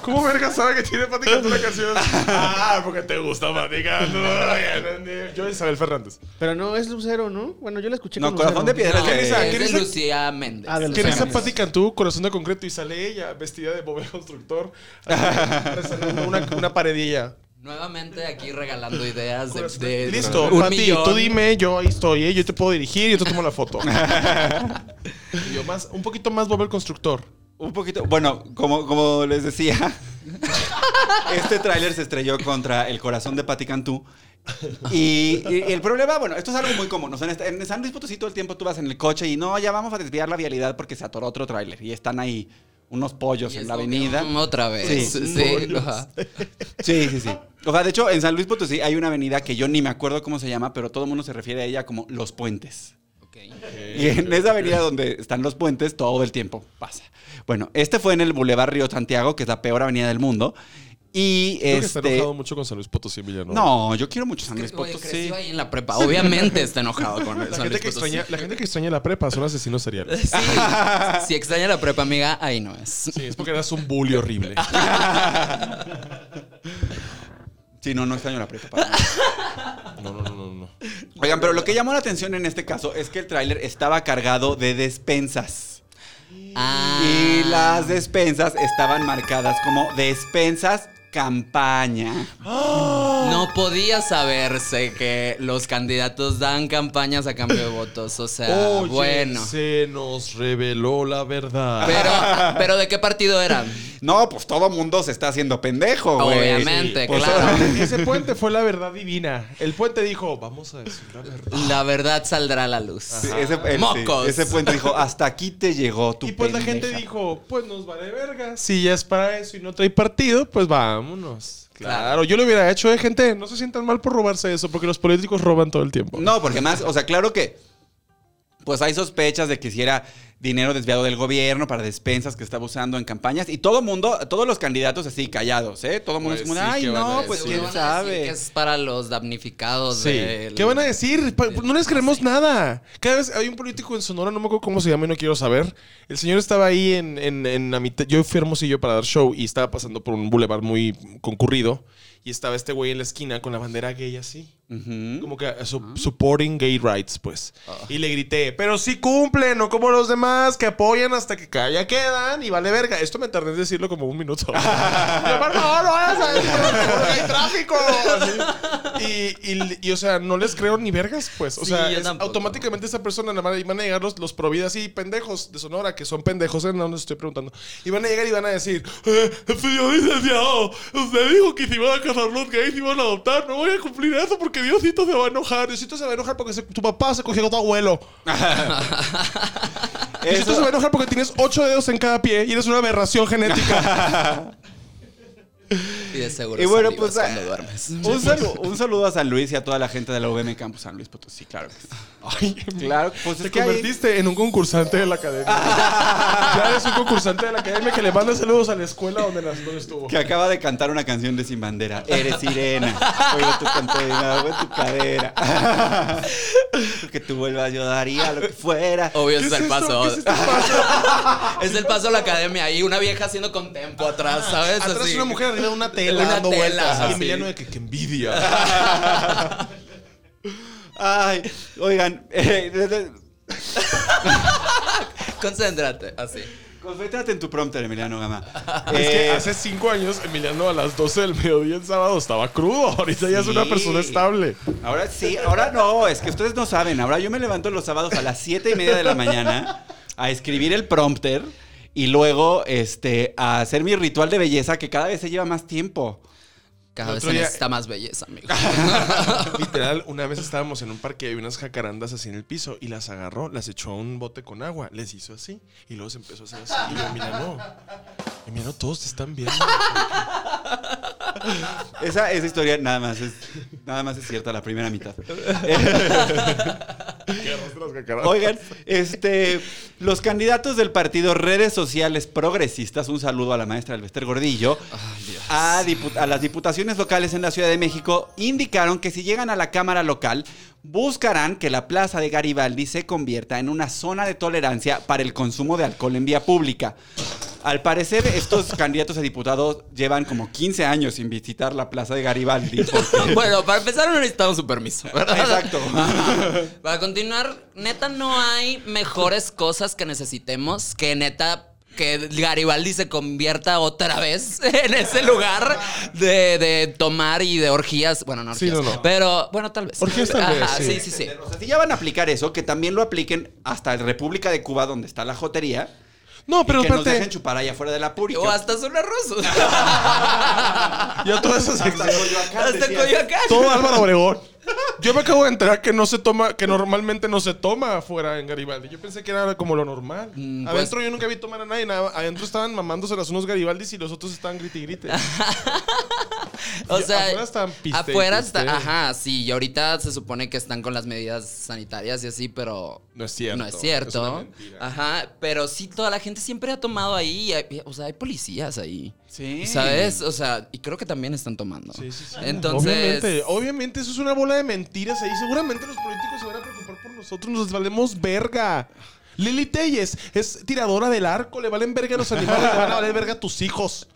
S7: ¿Cómo verga sabe que tiene Pati Cantú una canción? Ah, porque te gusta Pati Cantú. Ya entendí. Yo Isabel Fernández.
S8: Pero no, es Lucero, ¿no? Bueno, yo la escuché
S5: No,
S8: con
S5: Corazón de
S8: Lucero.
S5: Piedra.
S6: No,
S5: es de-
S6: es
S7: esa?
S6: de
S7: ¿Quién es esa?
S6: Lucía Méndez.
S8: Ah, de
S7: ¿Quién es
S8: Lucía
S7: esa Pati Cantú? Corazón de concreto y sale ella vestida de Bob el constructor. así, resaltando una, una paredilla.
S6: Nuevamente aquí regalando ideas de, de-
S7: Listo,
S6: Eh, un
S7: Pati,
S6: millón.
S7: tú dime, yo ahí estoy, ¿eh? yo te puedo dirigir, yo te tomo la foto. Y yo más, un poquito más Bob el constructor.
S5: Un poquito. Bueno, como, como les decía, este tráiler se estrelló contra el corazón de Patti Cantú. Y, y- y el problema, bueno, esto es algo muy común. O sea, en, esta- en San Luis Potosí todo el tiempo tú vas en el coche y no, ya vamos a desviar la vialidad porque se atoró otro tráiler. Y están ahí unos pollos
S6: Y
S5: en
S6: es
S5: la
S6: como
S5: avenida.
S6: que, mm, Otra vez.
S5: Sí.
S6: Sí, ajá.
S5: Sí, sí, sí. O sea, de hecho, en San Luis Potosí hay una avenida que yo ni me acuerdo cómo se llama, pero todo el mundo se refiere a ella como Los Puentes.
S6: Ok.
S5: Y en esa avenida donde están los puentes, todo el tiempo pasa. Bueno, este fue en el Boulevard Río Santiago, que es la peor avenida del mundo. Y
S7: Creo que está
S5: este.
S7: enojado mucho con San Luis Potosí, Villanueva.
S5: No, yo quiero mucho San Luis
S6: Oye,
S5: Potosí.
S6: creció ahí en la prepa. Obviamente está enojado con
S7: La
S6: San
S7: gente,
S6: Luis
S7: que
S6: Potosí.
S7: extraña, la gente que extraña la prepa son asesinos seriales.
S6: Sí. Si extraña la prepa, amiga, ahí no es.
S7: Sí, es porque eras un bully horrible.
S5: Sí, no, no extraño la prepa. para nada.
S7: No, no, no, no. no.
S5: Oigan, pero lo que llamó la atención en este caso es que el tráiler estaba cargado de despensas.
S6: Ah.
S5: Y las despensas estaban marcadas como despensas campaña.
S6: No podía saberse que los candidatos dan campañas a cambio de votos. O sea,
S7: Oye,
S6: bueno.
S7: se nos reveló la verdad.
S6: Pero, pero ¿de qué partido eran?
S5: No, pues todo mundo se está haciendo pendejo, güey.
S6: Obviamente,
S5: Pues,
S6: claro.
S7: Ese puente fue la verdad divina. El puente dijo, vamos a decir la verdad.
S6: La verdad saldrá a la luz.
S5: Sí, ese, el- sí,
S6: ¡Mocos!
S5: ese puente dijo, hasta aquí te llegó tu
S7: Y pues la
S5: pendeja".
S7: gente dijo, pues nos vale verga. Si ya es para eso y no trae partido, pues vámonos. Claro,
S6: Claro.
S7: yo lo hubiera hecho, eh, gente. No se sientan mal por robarse eso, porque los políticos roban todo el tiempo.
S5: No, porque más, o sea, claro que. Pues hay sospechas de que si era dinero desviado del gobierno para despensas que estaba usando en campañas. Y todo mundo, todos los candidatos así callados, ¿eh? Todo el mundo es
S7: Pues
S5: como,
S7: sí,
S5: ay,
S7: ¿qué van a
S5: no,
S7: decir?
S5: pues
S6: Seguro
S5: quién
S6: van a decir
S5: sabe.
S6: que es para los damnificados
S7: Sí.
S6: del-
S7: ¿Qué van a decir? Pa- No les creemos nada. Cada vez hay un político en Sonora, no me acuerdo cómo se llama y no quiero saber. El señor estaba ahí en, en, en la mitad. Yo fui a Hermosillo para dar show y estaba pasando por un bulevar muy concurrido. y estaba este güey en la esquina con la bandera gay así.
S5: Ujú.
S7: Como que eh, su- supporting gay rights, pues. Y le grité, pero sí cumplen, no como los demás que apoyan hasta que ca- ya quedan y vale verga. Esto me tardé en decirlo como un minuto. Y yo, por favor, no hagas eso, porque hay tráfico. Así. Y, y- y, o sea, no les creo ni vergas, pues. O
S6: Sí,
S7: sea,
S6: yo
S7: es-
S6: tampoco.
S7: automáticamente esa persona van a, van a llegar los, los providas y pendejos de Sonora, que son pendejos, ¿eh? no les estoy preguntando. Y van a llegar y van a decir, eh, señor licenciado, usted dijo que si iban a casar los gays, iban a adoptar, no voy a cumplir eso porque Diosito se va a enojar. Diosito se va a enojar porque se- tu papá se cogió a tu abuelo. Diosito se va a enojar porque tienes ocho dedos en cada pie y eres una aberración genética.
S6: Y de seguro
S5: Y bueno,
S6: salivas
S5: pues, ah,
S6: cuando duermes.
S5: Un saludo, un saludo a San Luis y a toda la gente de la UVM Campus San Luis Potosí, claro. que sí.
S7: Ay,
S5: Claro, pues
S7: Te
S5: es que ahí-
S7: convertiste en un concursante de la academia. ya eres un concursante de la academia que le manda saludos a la escuela donde, las, donde estuvo.
S5: que acaba de cantar una canción de Sin Bandera. Eres sirena. Oye, tu cantarina, güey, tu cadera. que tú vuelvas, yo daría lo que fuera.
S6: Obvio,
S7: ¿Qué
S6: ese es el
S7: esto?
S6: paso.
S7: ¿Qué
S6: Es,
S7: es este paso?
S6: el paso a la academia. Ahí una vieja haciendo contempo atrás, ¿sabes?
S7: Ah, Atrás
S6: Así.
S7: una mujer arriba de una tela
S6: Una
S7: dando
S6: tela,
S7: vueltas.
S6: ajá,
S7: Y Emiliano
S6: sí.
S7: de que, que envidia.
S5: Ay, oigan, eh, de- de-
S6: Concéntrate, así.
S5: concéntrate en tu prompter, Emiliano Gama.
S7: es que
S5: Eh,
S7: hace cinco años Emiliano a las 12 del mediodía el sábado estaba crudo. Ahorita ya es una
S5: Sí.
S7: persona estable.
S5: Ahora sí, ahora no, es que ustedes no saben. Ahora yo me levanto los sábados a las 7 y media de la mañana a escribir el prompter y luego este, a hacer mi ritual de belleza que cada vez se lleva más tiempo.
S6: Cada
S7: El
S6: vez
S7: otro
S6: se
S7: día-
S6: necesita más belleza, amigo.
S7: Literal, una vez estábamos en un parque y había unas jacarandas así en el piso y las agarró, las echó a un bote con agua, les hizo así y luego se empezó a hacer así. Y yo, Emiliano, Emiliano, todos te están viendo.
S5: Esa, esa historia nada más es, nada más es cierta la primera mitad.
S7: Que arrastra las jacarandas.
S5: Oigan, este, los candidatos del partido Redes Sociales Progresistas, un saludo a la maestra Elvester Gordillo, a, dipu- a las diputaciones locales en la Ciudad de México, indicaron que si llegan a la Cámara local, buscarán que la plaza de Garibaldi se convierta en una zona de tolerancia para el consumo de alcohol en vía pública. Al parecer, estos candidatos a diputados llevan como 15 años sin visitar la plaza de Garibaldi. porque-
S6: bueno, para empezar no necesitamos un permiso, ¿verdad?
S5: Exacto.
S6: Para continuar, neta, no hay mejores cosas que necesitemos que neta que Garibaldi se convierta otra vez en ese lugar de, de tomar y de orgías. Bueno, no
S7: Sí,
S6: orgías.
S7: no, no.
S6: Pero, bueno, tal vez.
S7: Orgías tal vez,
S6: Ajá,
S7: sí.
S6: sí, sí, sí.
S5: O sea, si ya van a aplicar eso, que también lo apliquen hasta República de Cuba, donde está la jotería.
S7: No, pero
S5: y que nos dejen
S7: espérate.
S5: chupar allá afuera de la puri.
S6: O
S5: que-
S6: hasta zona rusa.
S7: Ya todas esas
S5: hasta Coyoacán,
S6: hasta
S5: decían.
S6: Coyoacán.
S7: Todo Álvaro Obregón. Yo me acabo de enterar que no se toma, que normalmente no se toma afuera en Garibaldi. Yo pensé que era como lo normal.
S6: Mm, pues-
S7: adentro yo nunca vi tomar a nadie. nada- Adentro estaban mamándoselas unos Garibaldis y los otros estaban grite y grite.
S6: O
S7: Y
S6: sea,
S7: afuera están piste y
S6: afuera
S7: piste.
S6: está- ajá, sí, y ahorita se supone que están con las medidas sanitarias y así, pero
S7: No es cierto,
S6: No es
S7: es una
S6: cierto.
S7: mentira.
S6: ajá, pero sí toda la gente siempre ha tomado ahí, y hay- o sea, hay policías ahí.
S5: Sí.
S6: ¿Sabes? O sea, y creo que también están tomando.
S7: Sí, sí, sí.
S6: Entonces,
S7: Obviamente, obviamente eso es una bola de mentiras ahí. Seguramente los políticos se van a preocupar por nosotros. Nos valemos verga. Lili Telles es tiradora del arco. Le valen verga a los animales. le van a valer verga a tus hijos.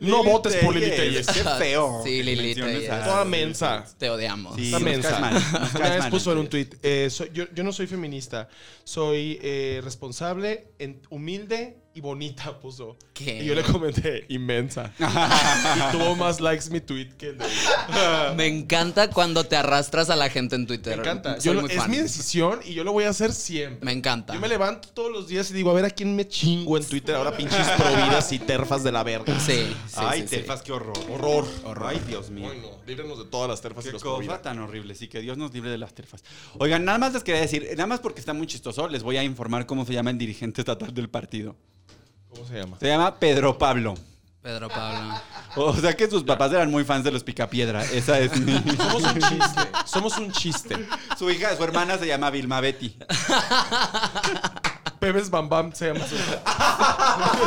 S7: No
S5: Lili
S7: votes por Lili
S5: Telles,
S7: Telles. ¿eh? Ah,
S5: Qué feo.
S6: Sí,
S5: que
S6: Lili
S5: menciones
S6: Telles.
S5: a-
S7: Toda mensa.
S6: te odiamos.
S5: Sí,
S7: Está
S5: nos
S7: mensa.
S5: caes mal, nos caes
S7: Una vez
S5: mal,
S7: puso en un
S5: Andrés.
S7: tweet, yo, yo no soy feminista, soy eh, responsable, en- humilde y bonita, puso.
S6: ¿Qué?
S7: Y yo le comenté, inmensa. y tuvo más likes mi tweet que el de
S6: Me encanta cuando te arrastras a la gente en
S7: Me
S6: Twitter.
S7: encanta.
S6: Soy
S7: Yo lo-
S6: muy
S7: es
S6: fan.
S7: mi decisión y yo lo voy a hacer siempre.
S6: Me encanta.
S7: Yo me levanto todos los días y digo, a ver a quién me chingo en Twitter ahora, pinches providas y terfas de la verga.
S6: Sí, sí,
S5: Ay,
S6: sí, sí.
S5: Tefas, qué horror.
S7: Horror.
S5: Ay, Dios mío.
S7: Ay, no. Líbranos de todas las terfas y
S5: Qué
S7: los
S5: cosa
S7: providas.
S5: tan horrible, sí, que Dios nos libre de las terfas. Oigan, nada más les quería decir, nada más porque está muy chistoso, les voy a informar cómo se llama el dirigente estatal del partido.
S7: ¿Cómo se llama?
S5: Se llama Pedro Pablo.
S6: Pedro Pablo.
S5: O sea que sus papás eran muy fans de los Picapiedra. Esa es mi.
S7: Somos un chiste. Somos un chiste.
S5: Su hija, su hermana se llama Vilma Betty.
S7: Pebes Bam Bam se llama su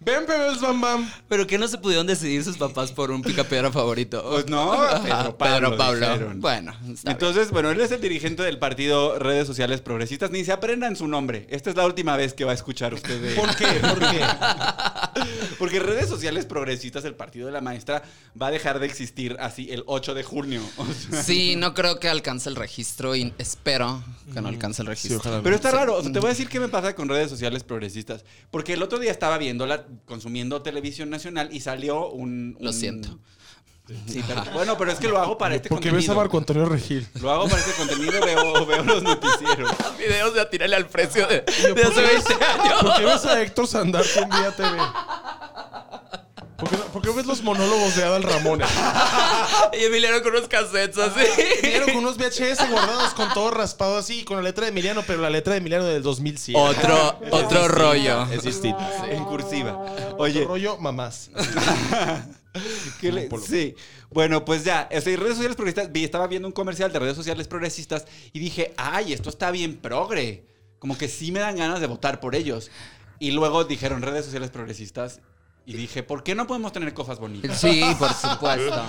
S7: Ven, Pebes Bam Bam.
S6: ¿Pero qué no se pudieron decidir sus papás por un picapiedra favorito?
S5: Pues no,
S6: Ajá,
S5: Pedro Pablo.
S6: Pedro Pablo.
S5: dijeron.
S6: Bueno, está bien.
S5: Entonces, bueno, él es el dirigente del partido Redes Sociales Progresistas. Ni se aprendan su nombre. Esta es la última vez que va a escuchar usted de
S7: ¿Por qué? ¿Por qué?
S5: Porque redes sociales progresistas, el partido de la maestra va a dejar de existir así el 8 de junio. O sea,
S6: Sí, no creo que alcance el registro y espero que no alcance el registro.
S2: ojalá no.
S5: Pero está raro, o sea, te voy a decir qué me pasa con redes sociales progresistas. Porque el otro día estaba viéndola, consumiendo televisión nacional y salió un.
S6: Lo
S5: un-
S6: siento.
S5: Sí, pero- bueno, pero es que lo hago para este
S7: Porque ves
S5: contenido.
S7: a Marco Antonio Regil.
S5: Lo hago para este contenido, veo, veo los noticieros.
S6: Videos de atírale al precio de, de
S7: ¿Por
S6: hace
S7: qué
S6: 20
S7: ves- ¿Por qué
S6: años.
S7: ves a Héctor Sandarte en Vía TV? ¿Por qué, no- por qué ves los monólogos de Adal Ramones?
S6: Y Emiliano con unos cassettes así.
S7: Vieron con unos VHS guardados con todo raspado así, con la letra de Emiliano, pero la letra de Emiliano del 2007.
S6: Otro, otro rollo.
S2: Es distinto.
S5: En cursiva.
S7: Otro
S5: Oye,
S7: rollo mamás.
S5: ¿Qué le- sí. Bueno, pues ya, o sea, y redes sociales progresistas, vi, estaba viendo un comercial de redes sociales progresistas y dije, ay, esto está bien progre. Como que sí me dan ganas de votar por ellos. Y luego dijeron redes sociales progresistas y dije, ¿por qué no podemos tener cosas bonitas?
S6: Sí, por supuesto.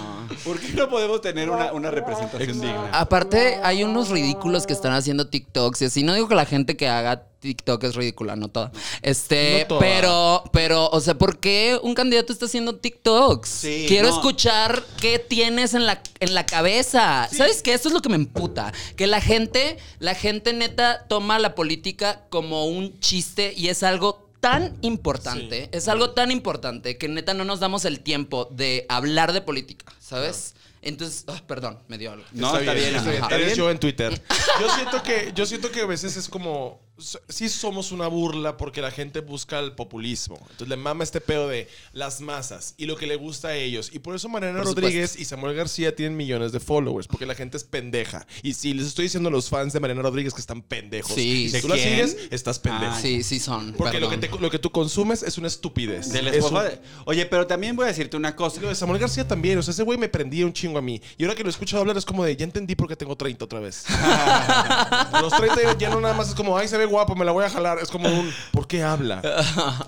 S5: ¿Por qué no podemos tener una, una representación digna? Ah,
S6: Aparte, hay unos ridículos que están haciendo TikToks y así. No digo que la gente que haga TikTok es ridícula, no toda. Este,
S7: No toda.
S6: pero, pero, o sea, ¿por qué un candidato está haciendo TikToks?
S5: Sí,
S6: Quiero
S5: no.
S6: escuchar qué tienes en la, en la cabeza. ¿Sabes qué? Eso es lo que me emputa. Que la gente, la gente neta toma la política como un chiste y es algo tan importante, es algo tan importante que neta no nos damos el tiempo de hablar de política, ¿sabes? Entonces, ah, perdón, me dio algo.
S5: No, está bien,
S6: está bien.
S5: ajá.
S7: Eres yo en Twitter. Yo siento que, yo siento que a veces es como. so- Sí somos una burla porque la gente busca el populismo. Entonces le mama este pedo de las masas y lo que le gusta a ellos. Y por eso Mariana
S6: Por
S7: Rodríguez y Samuel García tienen millones de followers porque la gente es pendeja. Y si les estoy diciendo a los fans de Mariana Rodríguez que están pendejos.
S6: Sí.
S7: Y
S6: ¿De
S7: si tú la
S5: quién?
S7: sigues, estás pendejo.
S5: Ah,
S6: Sí, sí son.
S7: Porque lo que,
S6: perdón.
S7: te- lo que tú consumes es una estupidez.
S5: Del
S7: Es
S5: esposo
S7: un-
S5: de- Oye, pero también voy a decirte una cosa.
S7: lo de Samuel García también, o sea, ese güey me prendía un chingo a mí. Y ahora que lo escucho hablar es como de, ya entendí por qué tengo 30 otra vez. A Los 30 ya no nada más es como, ay, se ve guapo, me la voy a jalar. Es como un, ¿por qué habla?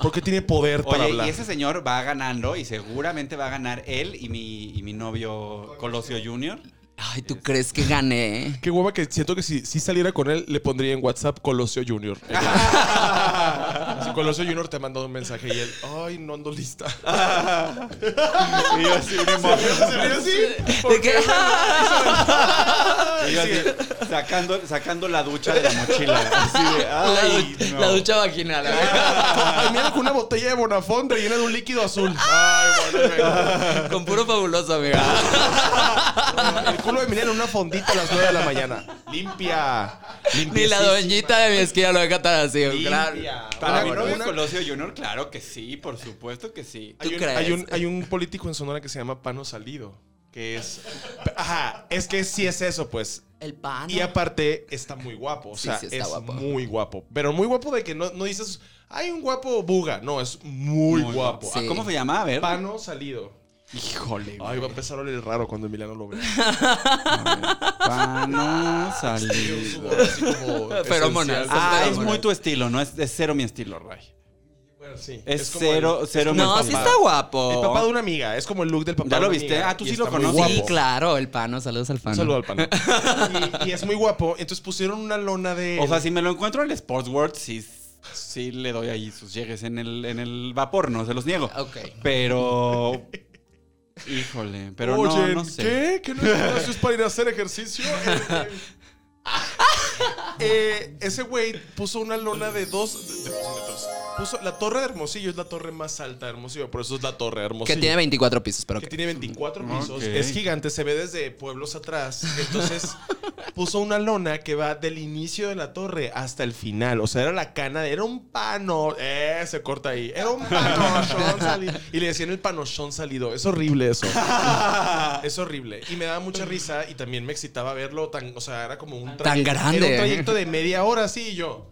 S7: ¿Por qué tiene poder para
S5: Oye,
S7: hablar?
S5: y ese señor va ganando y seguramente va a ganar él y mi, y mi novio Colosio Jr.
S6: Ay, ¿tú crees que gané?
S7: Qué hueva que siento que si, si saliera con él, le pondría en WhatsApp Colosio Junior. si Colosio Junior te ha mandado un mensaje y él, ay, no ando lista.
S5: Y yo así, un emoji.
S7: ¿Se ríe así?
S6: ¿De qué?
S5: Y yo así, sacando, sacando la ducha de la mochila. Así de,
S6: La,
S5: ay,
S6: du-
S5: no.
S6: la ducha vaginal.
S7: Ay, mira, con una botella de Bonafont rellena de un líquido azul. Ay, bueno, venga.
S6: Con puro fabuloso, amiga.
S7: El culo de Emiliano en una fondita a las 9 de la mañana. Limpia.
S6: Ni la doñita de mi esquina lo deja tan así. claro.
S5: Para mi
S7: Una-
S5: novio
S7: una-
S5: Ah, Colosio Junior, claro que sí, por supuesto que sí.
S6: ¿Tú
S7: Hay un,
S6: crees?
S7: hay, un, hay un político en Sonora que se llama Pano Salido. Que es. Ajá, es que sí es eso, pues.
S6: El pan.
S7: Y aparte, está muy guapo. O
S6: Ah, Sí,
S7: sea,
S6: sí está
S7: es
S6: guapo.
S7: muy guapo. Pero muy guapo de que no, no dices. Hay un guapo buga. No, es muy, guapo. Ah,
S6: Sí.
S5: ¿Cómo se llama? A ver.
S7: Pano Salido.
S5: Híjole.
S7: Ay, va a empezar a oler raro cuando Emiliano lo ve.
S5: Pano
S7: Tiene un
S5: salido.
S7: sudor así como
S6: Feromonas.
S7: esencial.
S5: Ah, es
S6: Bueno.
S5: muy tu estilo, no es, es cero mi estilo, Ray.
S7: Bueno, sí.
S5: Es,
S7: como
S5: cero,
S7: el-
S5: cero mi
S6: No, sí
S5: estilo.
S6: está guapo.
S7: El papá de una amiga, es como el look del papá.
S5: ¿Ya
S7: de
S5: lo
S7: una
S5: viste?
S7: amiga,
S5: Ah, tú
S7: y
S5: sí lo
S7: está muy
S5: conoces.
S7: guapo.
S6: Sí, claro, el pano. Saludos al
S7: Un
S6: pano.
S7: saludo al pan. y, y es muy guapo. Entonces pusieron una lona de.
S5: O sea, si me lo encuentro en el Sports World, sí, sí le doy ahí sus llegues en el, en el vapor, no se los niego.
S6: Ok.
S5: Pero. Híjole, pero no,
S7: Oye,
S5: no sé.
S7: ¿qué? ¿Qué no es para ir a hacer ejercicio? Eh, eh. Eh, ese güey puso una lona de dos, de dos metros. Puso la torre de Hermosillo, es la torre más alta de Hermosillo, por eso es la torre de Hermosillo.
S6: Que tiene 24 pisos, pero
S7: Oh, que
S6: ok.
S7: tiene 24 pisos,
S5: Ok.
S7: es gigante, se ve desde pueblos atrás. Entonces puso una lona que va del inicio de la torre hasta el final. O sea, era la cana, de- era un pano. Eh, se corta ahí. Era un panochón salido. Y le decían el panochón salido. Es horrible eso. Es horrible. Y me daba mucha risa y también me excitaba verlo tan. O sea, era como un.
S6: Tan
S7: trayecto-
S6: grande.
S7: Era un trayecto de media hora, sí, y yo.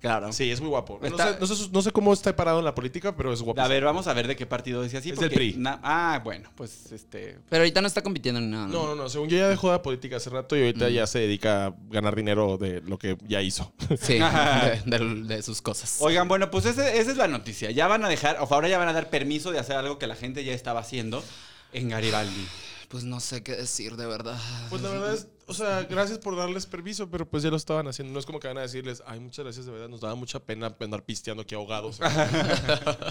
S6: Claro.
S7: Sí, es muy guapo. No,
S5: Está-
S7: sé, no sé- no sé cómo está parado en la política, pero es guapo.
S5: A ver, vamos a ver de qué partido decía así.
S7: Es del
S5: porque
S7: PRI.
S5: na- ah, bueno, pues este.
S6: Pero ahorita no está compitiendo en nada.
S7: No, no, no. Según yo ya dejó la política hace rato y ahorita ya se dedica a ganar dinero de lo que ya hizo.
S6: Sí, de, de- de sus cosas.
S5: Oigan, bueno, pues ese- esa es la noticia. Ya van a dejar, o ahora ya van a dar permiso de hacer algo que la gente ya estaba haciendo en Garibaldi.
S6: Pues no sé qué decir, de verdad.
S7: Pues la verdad es, o sea, gracias por darles permiso, pero pues ya lo estaban haciendo. No es como que van a decirles, ay, muchas gracias, de verdad, nos daba mucha pena andar pisteando aquí ahogados.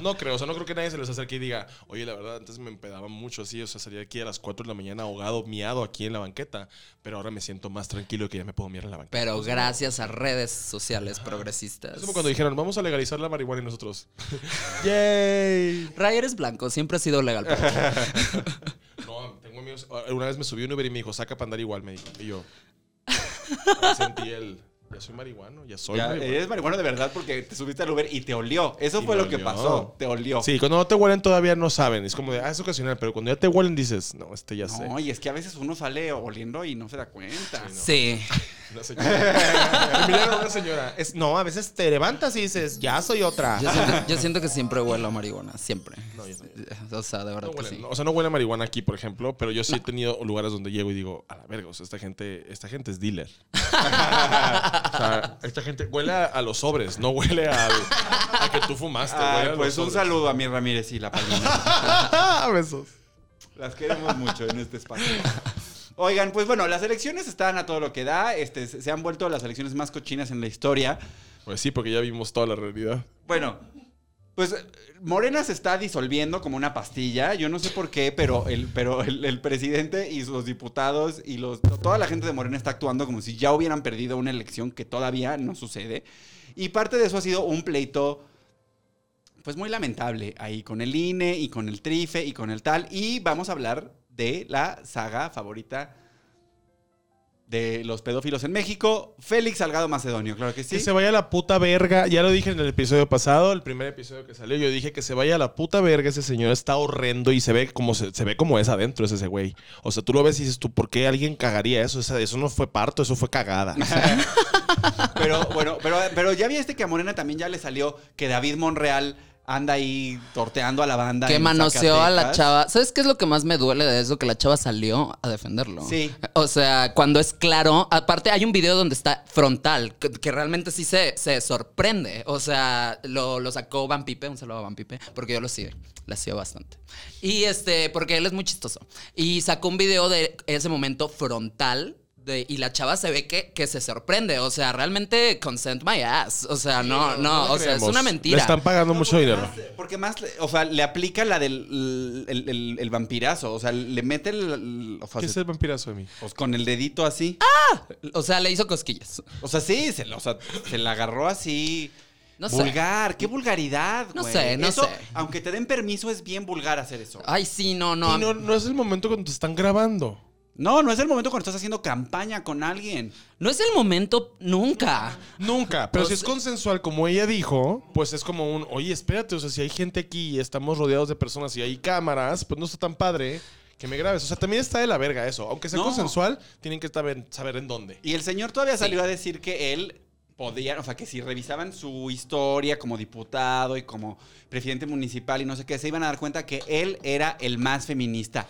S7: no creo, o sea, no creo que nadie se les acerque y diga, oye, la verdad, antes me empedaba mucho así, o sea, salía aquí a las 4 de la mañana ahogado, miado aquí en la banqueta, pero ahora me siento más tranquilo que ya me puedo mirar en la banqueta.
S6: Pero gracias a redes sociales progresistas.
S7: Es como cuando dijeron, vamos a legalizar la marihuana y nosotros. ¡Yay!
S6: Ray eres blanco, siempre ha sido legal. para ti.
S7: No, tengo amigos. Una vez me subió un Uber y me dijo, saca para andar igual, me dijo. Y yo. ahí Sentí el. Ya soy marihuano, ya soy
S5: Ya,
S7: marihuano.
S5: eres marihuana de verdad porque te subiste al Uber y te olió. Eso
S7: Y
S5: fue
S7: me
S5: lo que
S7: olió.
S5: pasó. Te olió.
S7: Sí, cuando no te huelen todavía no saben. Es como de, ah, es ocasional, pero cuando ya te huelen dices, no, este ya sé.
S5: No, y es que a veces uno sale oliendo y no se da cuenta.
S6: Sí.
S7: Una señora. Mira, una señora. Es, no, a veces te levantas y dices, ya soy otra.
S6: Yo siento, yo siento que siempre huelo a marihuana, siempre.
S7: No, yo
S6: o sea, de verdad
S7: No
S6: que
S7: huele,
S6: sí.
S7: no, o sea, no huele a marihuana aquí, por ejemplo, pero yo sí he tenido lugares donde llego y digo, a la verga, o sea, esta gente, esta gente es dealer. o sea, esta gente huele a, a los sobres, no huele al- a, que tú fumaste.
S5: Ay,
S7: huele a los
S5: pues un
S7: sobres.
S5: saludo a mi Ramírez y la palina.
S7: Besos.
S5: Las queremos mucho en este espacio. Oigan, pues bueno, las elecciones están a todo lo que da. Este, se se han vuelto las elecciones más cochinas en la historia.
S7: Pues sí, porque ya vimos toda la realidad.
S5: Bueno, pues eh, Morena se está disolviendo como una pastilla. Yo no sé por qué, pero el, pero el, el presidente y los diputados y los, toda la gente de Morena está actuando como si ya hubieran perdido una elección que todavía no sucede. Y parte de eso ha sido un pleito. Pues muy lamentable ahí con el INE y con el Trife y con el tal. Y vamos a hablar de la saga favorita de los pedófilos en México, Félix Salgado Macedonio, claro que sí.
S7: Que se vaya a la puta verga. Ya lo dije en el episodio pasado, el primer episodio que salió. Yo dije que se vaya a la puta verga. Ese señor está horrendo y se ve como, se, se ve como es adentro ese, ese güey. O sea, tú lo ves y dices, ¿tú por qué alguien cagaría eso? Esa- eso no fue parto, eso fue cagada. O sea,
S5: Pero bueno, pero, pero ya viste que a Morena también ya le salió que David Monreal anda ahí torteando a la banda.
S6: Que
S5: en
S6: manoseó a la
S5: Zacatecas.
S6: chava. ¿Sabes qué es lo que más me duele de eso? Que la chava salió a defenderlo.
S5: Sí.
S6: O sea, cuando es claro, aparte hay un video donde está frontal, que, que realmente sí se, se sorprende. O sea, lo, lo sacó Van Pipe, un saludo a Van Pipe, porque yo lo sigo, la sigo bastante. Y este, porque él es muy chistoso. Y sacó un video de ese momento frontal. de- y la chava se ve que, que se sorprende. O sea, realmente consent my ass. O sea, no, no. o sea, es
S7: creemos.
S6: una mentira.
S7: Le están pagando mucho dinero.
S5: Porque más, le- o sea, le aplica la del el, el- el vampirazo. O sea, le mete el. o sea,
S7: ¿Qué es
S5: se-
S7: el vampirazo de mí?
S5: pues, con el dedito así.
S6: O sea, le hizo cosquillas.
S5: O sea, sí, se, la- o sea, se la agarró así.
S6: No sé.
S5: vulgar, qué vulgaridad,
S6: No
S5: güey.
S6: sé, no
S5: Eso,
S6: sé.
S5: Aunque te den permiso, es bien vulgar hacer eso.
S6: Ay, sí, no, no.
S7: Y no, no es el momento cuando te están grabando.
S5: No, no es el momento cuando estás haciendo campaña con alguien.
S6: No es el momento nunca.
S7: Nunca. Pero
S6: O
S7: si es
S6: sea-
S7: consensual, como ella dijo, pues es como un, oye, espérate, o sea, si hay gente aquí y estamos rodeados de personas y hay cámaras, pues no está tan padre que me grabes. O sea, también está de la verga eso. Aunque sea
S5: No.
S7: consensual, tienen que saber, saber en dónde.
S5: Y el señor todavía salió a decir que él podía, o sea, que si revisaban su historia como diputado y como presidente municipal y no sé qué, se iban a dar cuenta que él era el más feminista.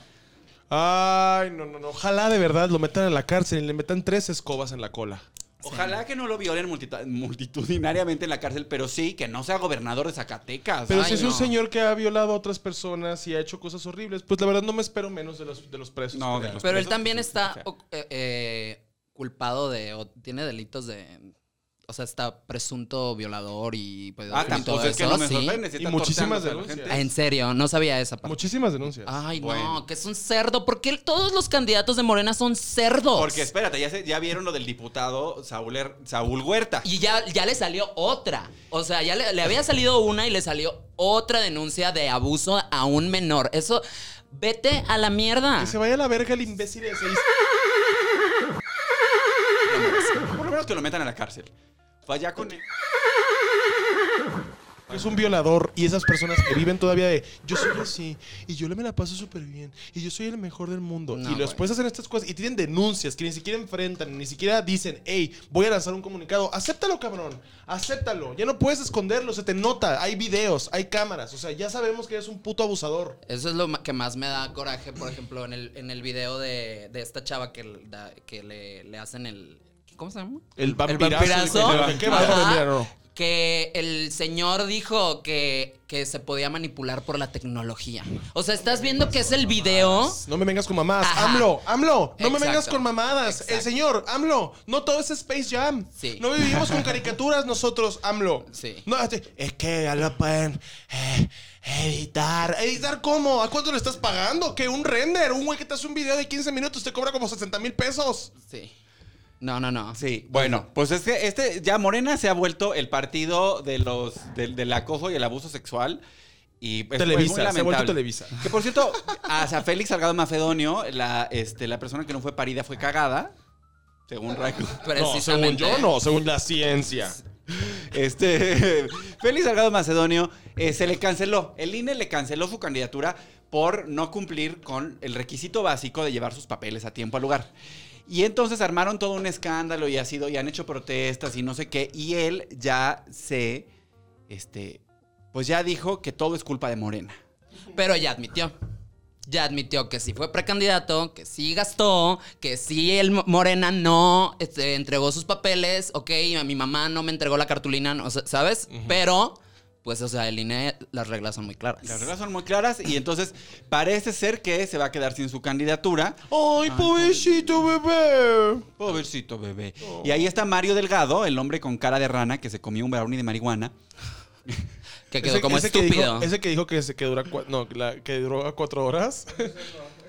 S7: Ay, no, no, no. Ojalá de verdad lo metan a la cárcel y le metan tres escobas en la cola.
S5: Ojalá que no lo violen multita- multitudinariamente en la cárcel, pero sí que no sea gobernador de Zacatecas.
S7: Pero
S5: Ay,
S7: si es un
S6: no.
S7: señor que ha violado a otras personas y ha hecho cosas horribles, pues la verdad no me espero menos de los, de los presos.
S5: No,
S7: Pero-
S5: de los-
S6: Pero él
S5: presos,
S6: también
S5: pues,
S6: está
S5: sí, o
S6: o- eh, eh, culpado de. o tiene delitos de. O sea, está presunto violador y. pedófilo
S5: Ah,
S6: y
S5: tampoco
S6: todo
S5: es que
S6: eso,
S5: no me
S6: sí.
S5: sorprende. si
S7: Y
S5: está
S7: muchísimas
S5: torteando a la
S7: denuncias.
S5: gente.
S6: Ah, En serio, no sabía esa parte.
S7: Muchísimas denuncias.
S6: Ay,
S5: Bueno.
S6: no, que es un cerdo. ¿Por qué todos los candidatos de Morena son cerdos?
S5: Porque espérate, ya, se- ya vieron lo del diputado Saúl,
S2: Er,
S5: Her- Saúl Huerta.
S6: Y ya, ya le salió otra. O sea, ya le, le había salido una y le salió otra denuncia de abuso a un menor. Eso, vete a la mierda.
S7: Que se vaya a la verga el imbécil ese.
S5: Por lo menos que lo metan a la cárcel. Vaya con él.
S7: Es un violador y esas personas que viven todavía de yo soy así y yo me la paso súper bien y yo soy el mejor del mundo.
S6: No,
S7: y después hacen estas cosas y tienen denuncias que ni siquiera enfrentan, ni siquiera dicen, hey, voy a lanzar un comunicado. Acéptalo, cabrón, acéptalo. Ya no puedes esconderlo, se te nota. Hay videos, hay cámaras. O sea, ya sabemos que eres un puto abusador.
S6: Eso es lo ma- que más me da coraje, por ejemplo, en el, en el video de, de esta chava que, l- da- que le, le hacen el... ¿Cómo se llama?
S7: El
S6: vampirazo.
S7: ¿Qué bárbaro,
S6: Ajá.
S7: mira, no.
S6: que el señor dijo que, que se podía manipular por la tecnología. O sea, estás viendo que es el video.
S7: No me vengas con mamadas.
S6: Ajá.
S7: AMLO, AMLO, no me
S6: Exacto.
S7: vengas con mamadas. El
S6: Exacto.
S7: señor, AMLO, no todo es Space Jam.
S6: Sí.
S7: No vivimos con caricaturas nosotros, AMLO.
S6: Sí.
S7: No, este, es que ya lo pueden eh, editar. ¿Editar cómo? ¿A cuánto le estás pagando? ¿Que un render? Un güey que te hace un video de 15 minutos te cobra como 60 mil pesos.
S6: Sí. No, no, no.
S2: Sí, bueno, pues es que este ya Morena se ha vuelto el partido de los del, del acoso y el abuso sexual y es pues,
S7: Televisa,
S2: muy lamentable.
S7: se ha vuelto Televisa.
S2: Que por cierto, hasta Félix Salgado Macedonio, la este la persona que no fue parida fue cagada, según Raico.
S7: No, según
S6: Precisamente.
S7: yo no, según la ciencia.
S2: Este Félix Salgado Macedonio eh, se le canceló, el INE le canceló su candidatura por no cumplir con el requisito básico de llevar sus papeles a tiempo al lugar. Y entonces armaron todo un escándalo y ha sido y han hecho protestas y no sé qué y él ya se este pues ya dijo que todo es culpa de Morena.
S6: Pero ya admitió. Ya admitió que sí fue precandidato, que sí gastó, que sí el Mo- Morena no este, entregó sus papeles, ok, a mi mamá no me entregó la cartulina, no, o sea, ¿sabes? Pero, pues, o sea, el INE, las reglas son muy claras.
S2: Las reglas son muy claras y entonces parece ser que se va a quedar sin su candidatura.
S7: Ay, pobrecito bebé.
S2: Pobrecito bebé. Y ahí está Mario Delgado, el hombre con cara de rana que se comió un brownie de marihuana.
S6: Que quedó como
S7: Que
S6: estúpido.
S7: dijo, ese que dijo que, se- que dura cua- no, la- que duró cuatro horas.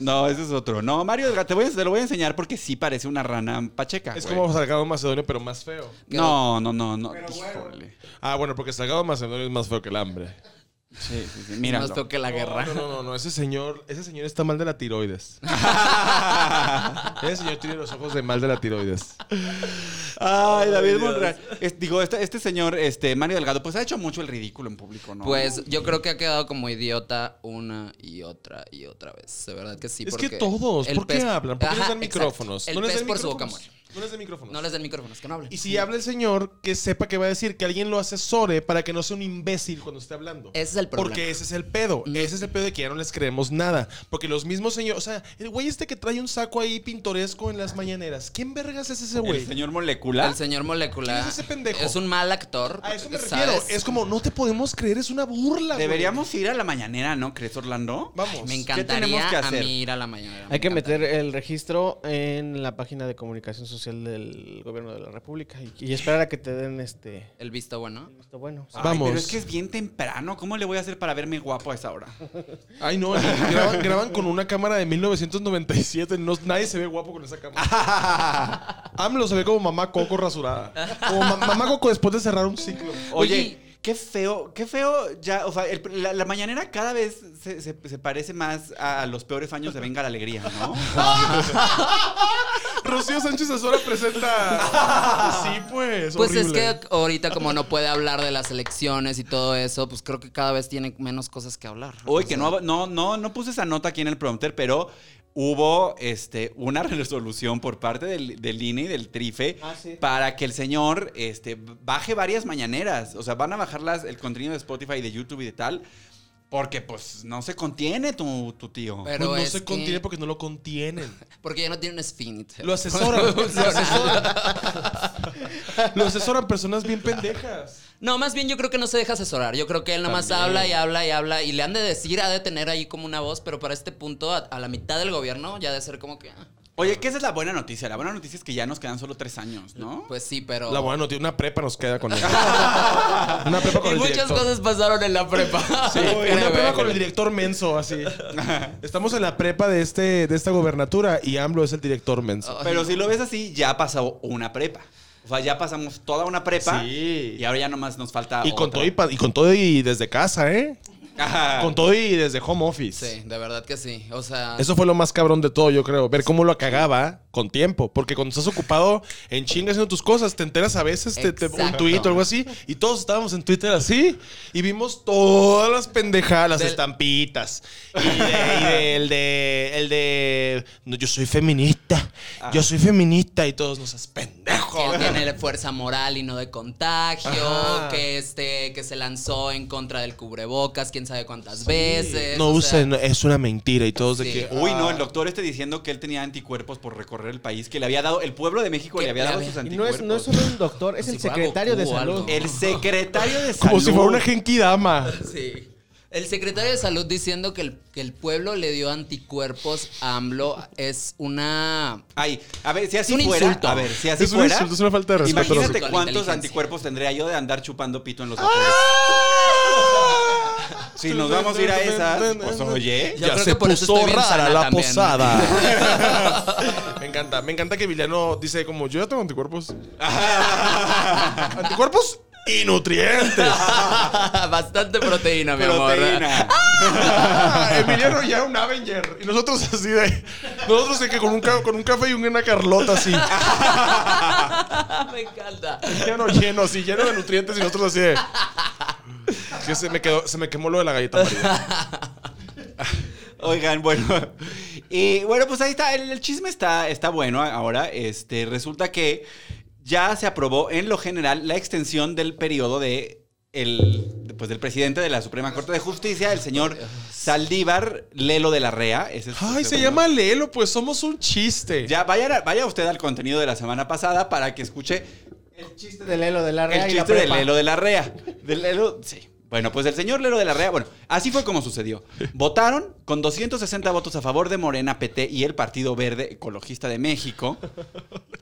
S2: No, ese es otro. No, Mario Delgado, te, voy a- te lo voy a enseñar porque sí parece una rana
S6: Ah,
S2: pacheca.
S7: es
S2: güey.
S7: como Salgado Macedonio, pero más feo.
S2: No, no, no, no. Híjole.
S7: Ah, bueno, porque Salgado Macedonio es más feo que el hambre.
S2: Sí, sí, sí.
S6: Más
S2: Míralo.
S6: feo que la guerra.
S7: No, no, no, no, ese señor, ese señor está mal de la tiroides. ese señor tiene los ojos de mal de la tiroides.
S2: Ay, David Monreal. Es- digo, este, este señor, este, Mario Delgado, pues ha hecho mucho el ridículo en público, ¿no?
S6: Pues yo creo que ha quedado como idiota una y otra y otra vez. De verdad que sí.
S7: es
S6: porque
S7: que todos,
S6: el
S7: ¿por qué
S6: pez-
S7: hablan? ¿Por qué les
S6: Ajá,
S7: dan
S6: exacto.
S7: micrófonos?
S6: El
S7: les
S6: pez
S7: dan
S6: por su boca
S7: micrófonos.
S6: muere.
S7: No les den micrófonos.
S6: No les den micrófonos, que no hablen.
S7: Y si habla el señor, que sepa que va a decir que alguien lo asesore para que no sea un imbécil cuando esté hablando.
S6: Ese es el problema. Mm.
S7: Porque ese es el pedo. Ese es el pedo de que ya no les creemos nada. Porque los mismos señores. O sea, el güey este que trae un saco ahí pintoresco en las mañaneras. ¿Quién vergas es ese
S2: el
S7: güey?
S2: señor molecular.
S6: El señor molecular.
S7: ¿Ah? ¿Quién es ese pendejo?
S6: Es un mal actor.
S7: A eso me
S6: ¿sabes?
S7: refiero. Es como, no te podemos creer, es una burla. güey.
S2: Deberíamos ir a la mañanera, ¿no? ¿Crees, Orlando?
S7: Vamos.
S2: tenemos
S6: Me encantaría
S2: que
S6: a
S2: hacer?
S6: mí ir a la mañana.
S8: Hay que meter el registro en la página de comunicación social del gobierno de la República y, y esperar a que te den este
S6: El visto bueno.
S8: esto bueno.
S5: Ah,
S2: Ay,
S7: Vamos.
S2: pero es que es bien temprano. ¿Cómo le voy a hacer para verme guapo a esa hora?
S7: Ay, no. y Graban, graban con una cámara de 1997. no- nadie se ve guapo con esa cámara. AMLO se ve como mamá Coco rasurada. Como ma- mamá Coco después de cerrar un ciclo.
S2: Oye,
S6: Oye,
S2: qué feo, qué feo ya, o sea, el- la, la mañanera cada vez se, se- se parece más a los peores años de Venga la Alegría, ¿no?
S7: Rocío Sánchez Azora presenta. Sí, pues.
S6: Pues
S7: horrible.
S6: es que ahorita como no puede hablar de las elecciones y todo eso, pues creo que cada vez tiene menos cosas que hablar.
S2: Hoy
S6: O
S2: que
S6: sea,
S2: no, no, no, no puse esa nota aquí en el prompter, pero hubo este, una resolución por parte del, del INE y del TRIFE
S8: Ah, sí.
S2: para que el señor este, baje varias mañaneras. O sea, van a bajar las- el contenido de Spotify, de YouTube y de tal, porque pues no se contiene tu, tu tío.
S6: Pero
S7: Pues no
S6: es
S7: se
S6: que-
S7: contiene porque no lo contienen.
S6: Porque ya no tiene un esfínter.
S7: Lo asesoran. lo asesoran. lo asesoran personas bien pendejas.
S6: No, más bien yo creo que no se deja asesorar. Yo creo que él nomás habla y habla y habla y le han de decir, ha de tener ahí como una voz, pero para este punto, a, a la mitad del gobierno, ya ha de ser como que... ah,
S2: Oye, que esa es la buena noticia. La buena noticia es que ya nos quedan solo tres años, ¿no?
S6: Pues sí, pero...
S7: La buena noticia, una prepa nos queda con él. una prepa con
S6: y
S7: el
S6: muchas
S7: director.
S6: cosas pasaron en la prepa.
S7: Sí, una prepa con el director menso, así. Estamos en la prepa de, este, de esta gobernatura y AMLO es el director menso.
S2: Pero si lo ves así, ya pasó una prepa. O sea, ya pasamos toda una prepa.
S7: Sí.
S2: Y ahora ya nomás nos falta.
S7: y, con
S2: otra.
S7: todo y, pa- y con todo y desde casa, ¿eh?
S2: Ajá.
S7: Con todo y desde home office.
S6: Sí, de verdad que sí. O sea...
S7: Eso fue lo más cabrón de todo, yo creo. Ver cómo lo cagaba con tiempo. Porque cuando estás ocupado en chingas haciendo tus cosas, te enteras a veces te, te- un
S6: Exacto.
S7: tuit o algo así. Y todos estábamos en Twitter así. Y vimos todas las pendejadas, las
S6: Del-
S7: estampitas. Y, de, y de- el de. El de. "No, yo soy feminista. Yo soy feminista. Y todos nos pendejo.
S6: que
S7: rojo.
S6: él tiene fuerza moral y no de contagio,
S7: Ajá.
S6: que este que se lanzó en contra del cubrebocas, quién sabe cuántas veces.
S7: No
S6: o sea,
S7: usen, es una mentira y todos de
S6: Sí.
S7: que.
S5: Uy, no, el doctor este diciendo que él tenía anticuerpos por recorrer el país, que le había dado, el pueblo de México
S6: Que
S5: le había
S6: le
S5: dado
S6: había-
S5: sus
S8: Y no
S5: anticuerpos.
S8: es, no es solo un doctor, es
S6: Como
S8: el
S6: si fuera
S8: secretario de
S6: Goku o
S8: salud.
S6: algo.
S5: El secretario de salud.
S7: Como si fuera una genkidama.
S6: Sí. El secretario de salud diciendo que el, que el pueblo le dio anticuerpos a AMLO es una.
S5: Ay, a ver, si así
S6: un
S5: fuera.
S6: insulto.
S5: A ver, si así
S7: Es un
S5: fuera.
S7: insulto, es una falta de respeto.
S6: a
S5: Imagínate
S6: los-
S5: cuántos
S6: Inteligencia.
S5: anticuerpos tendría yo de andar chupando pito en los
S7: ¡Ah!
S5: hoteles. Si nos vamos a ir a esas, pues oye.
S6: Yo creo que por eso estoy bien sana también.
S7: me encanta, me encanta que Villano dice como yo ya tengo anticuerpos. anticuerpos y nutrientes.
S6: Bastante proteína, mi amor.
S5: Proteína.
S7: Emiliano ya era un Avenger. Y nosotros así de. Nosotros de que con un, ca- con un café y una Carlota así.
S6: Me encanta.
S7: Lleno, lleno, así, lleno de nutrientes y nosotros así de. Que se me quedó, se me quemó lo de la galleta María.
S5: Oigan, bueno. Y bueno, pues ahí está. El, el chisme está, está bueno ahora. Este, resulta que ya se aprobó en lo general la extensión del periodo de el, pues, del presidente de la Suprema Corte de Justicia, el señor Saldívar Lelo de la Rea. Ese es su
S7: Ay, se
S5: segundo
S7: llama Lelo, pues somos un chiste.
S5: Ya, vaya, vaya usted al contenido de la semana pasada para que escuche
S8: El chiste del Elo de la Rea
S5: el
S8: y la
S5: chiste del
S8: prepa.
S5: Lelo de la Rea. Del Lelo, sí. Bueno, pues el señor Lelo de la Rea, bueno, así fue como sucedió. Votaron con 260 votos a favor de Morena PT y el Partido Verde Ecologista de México.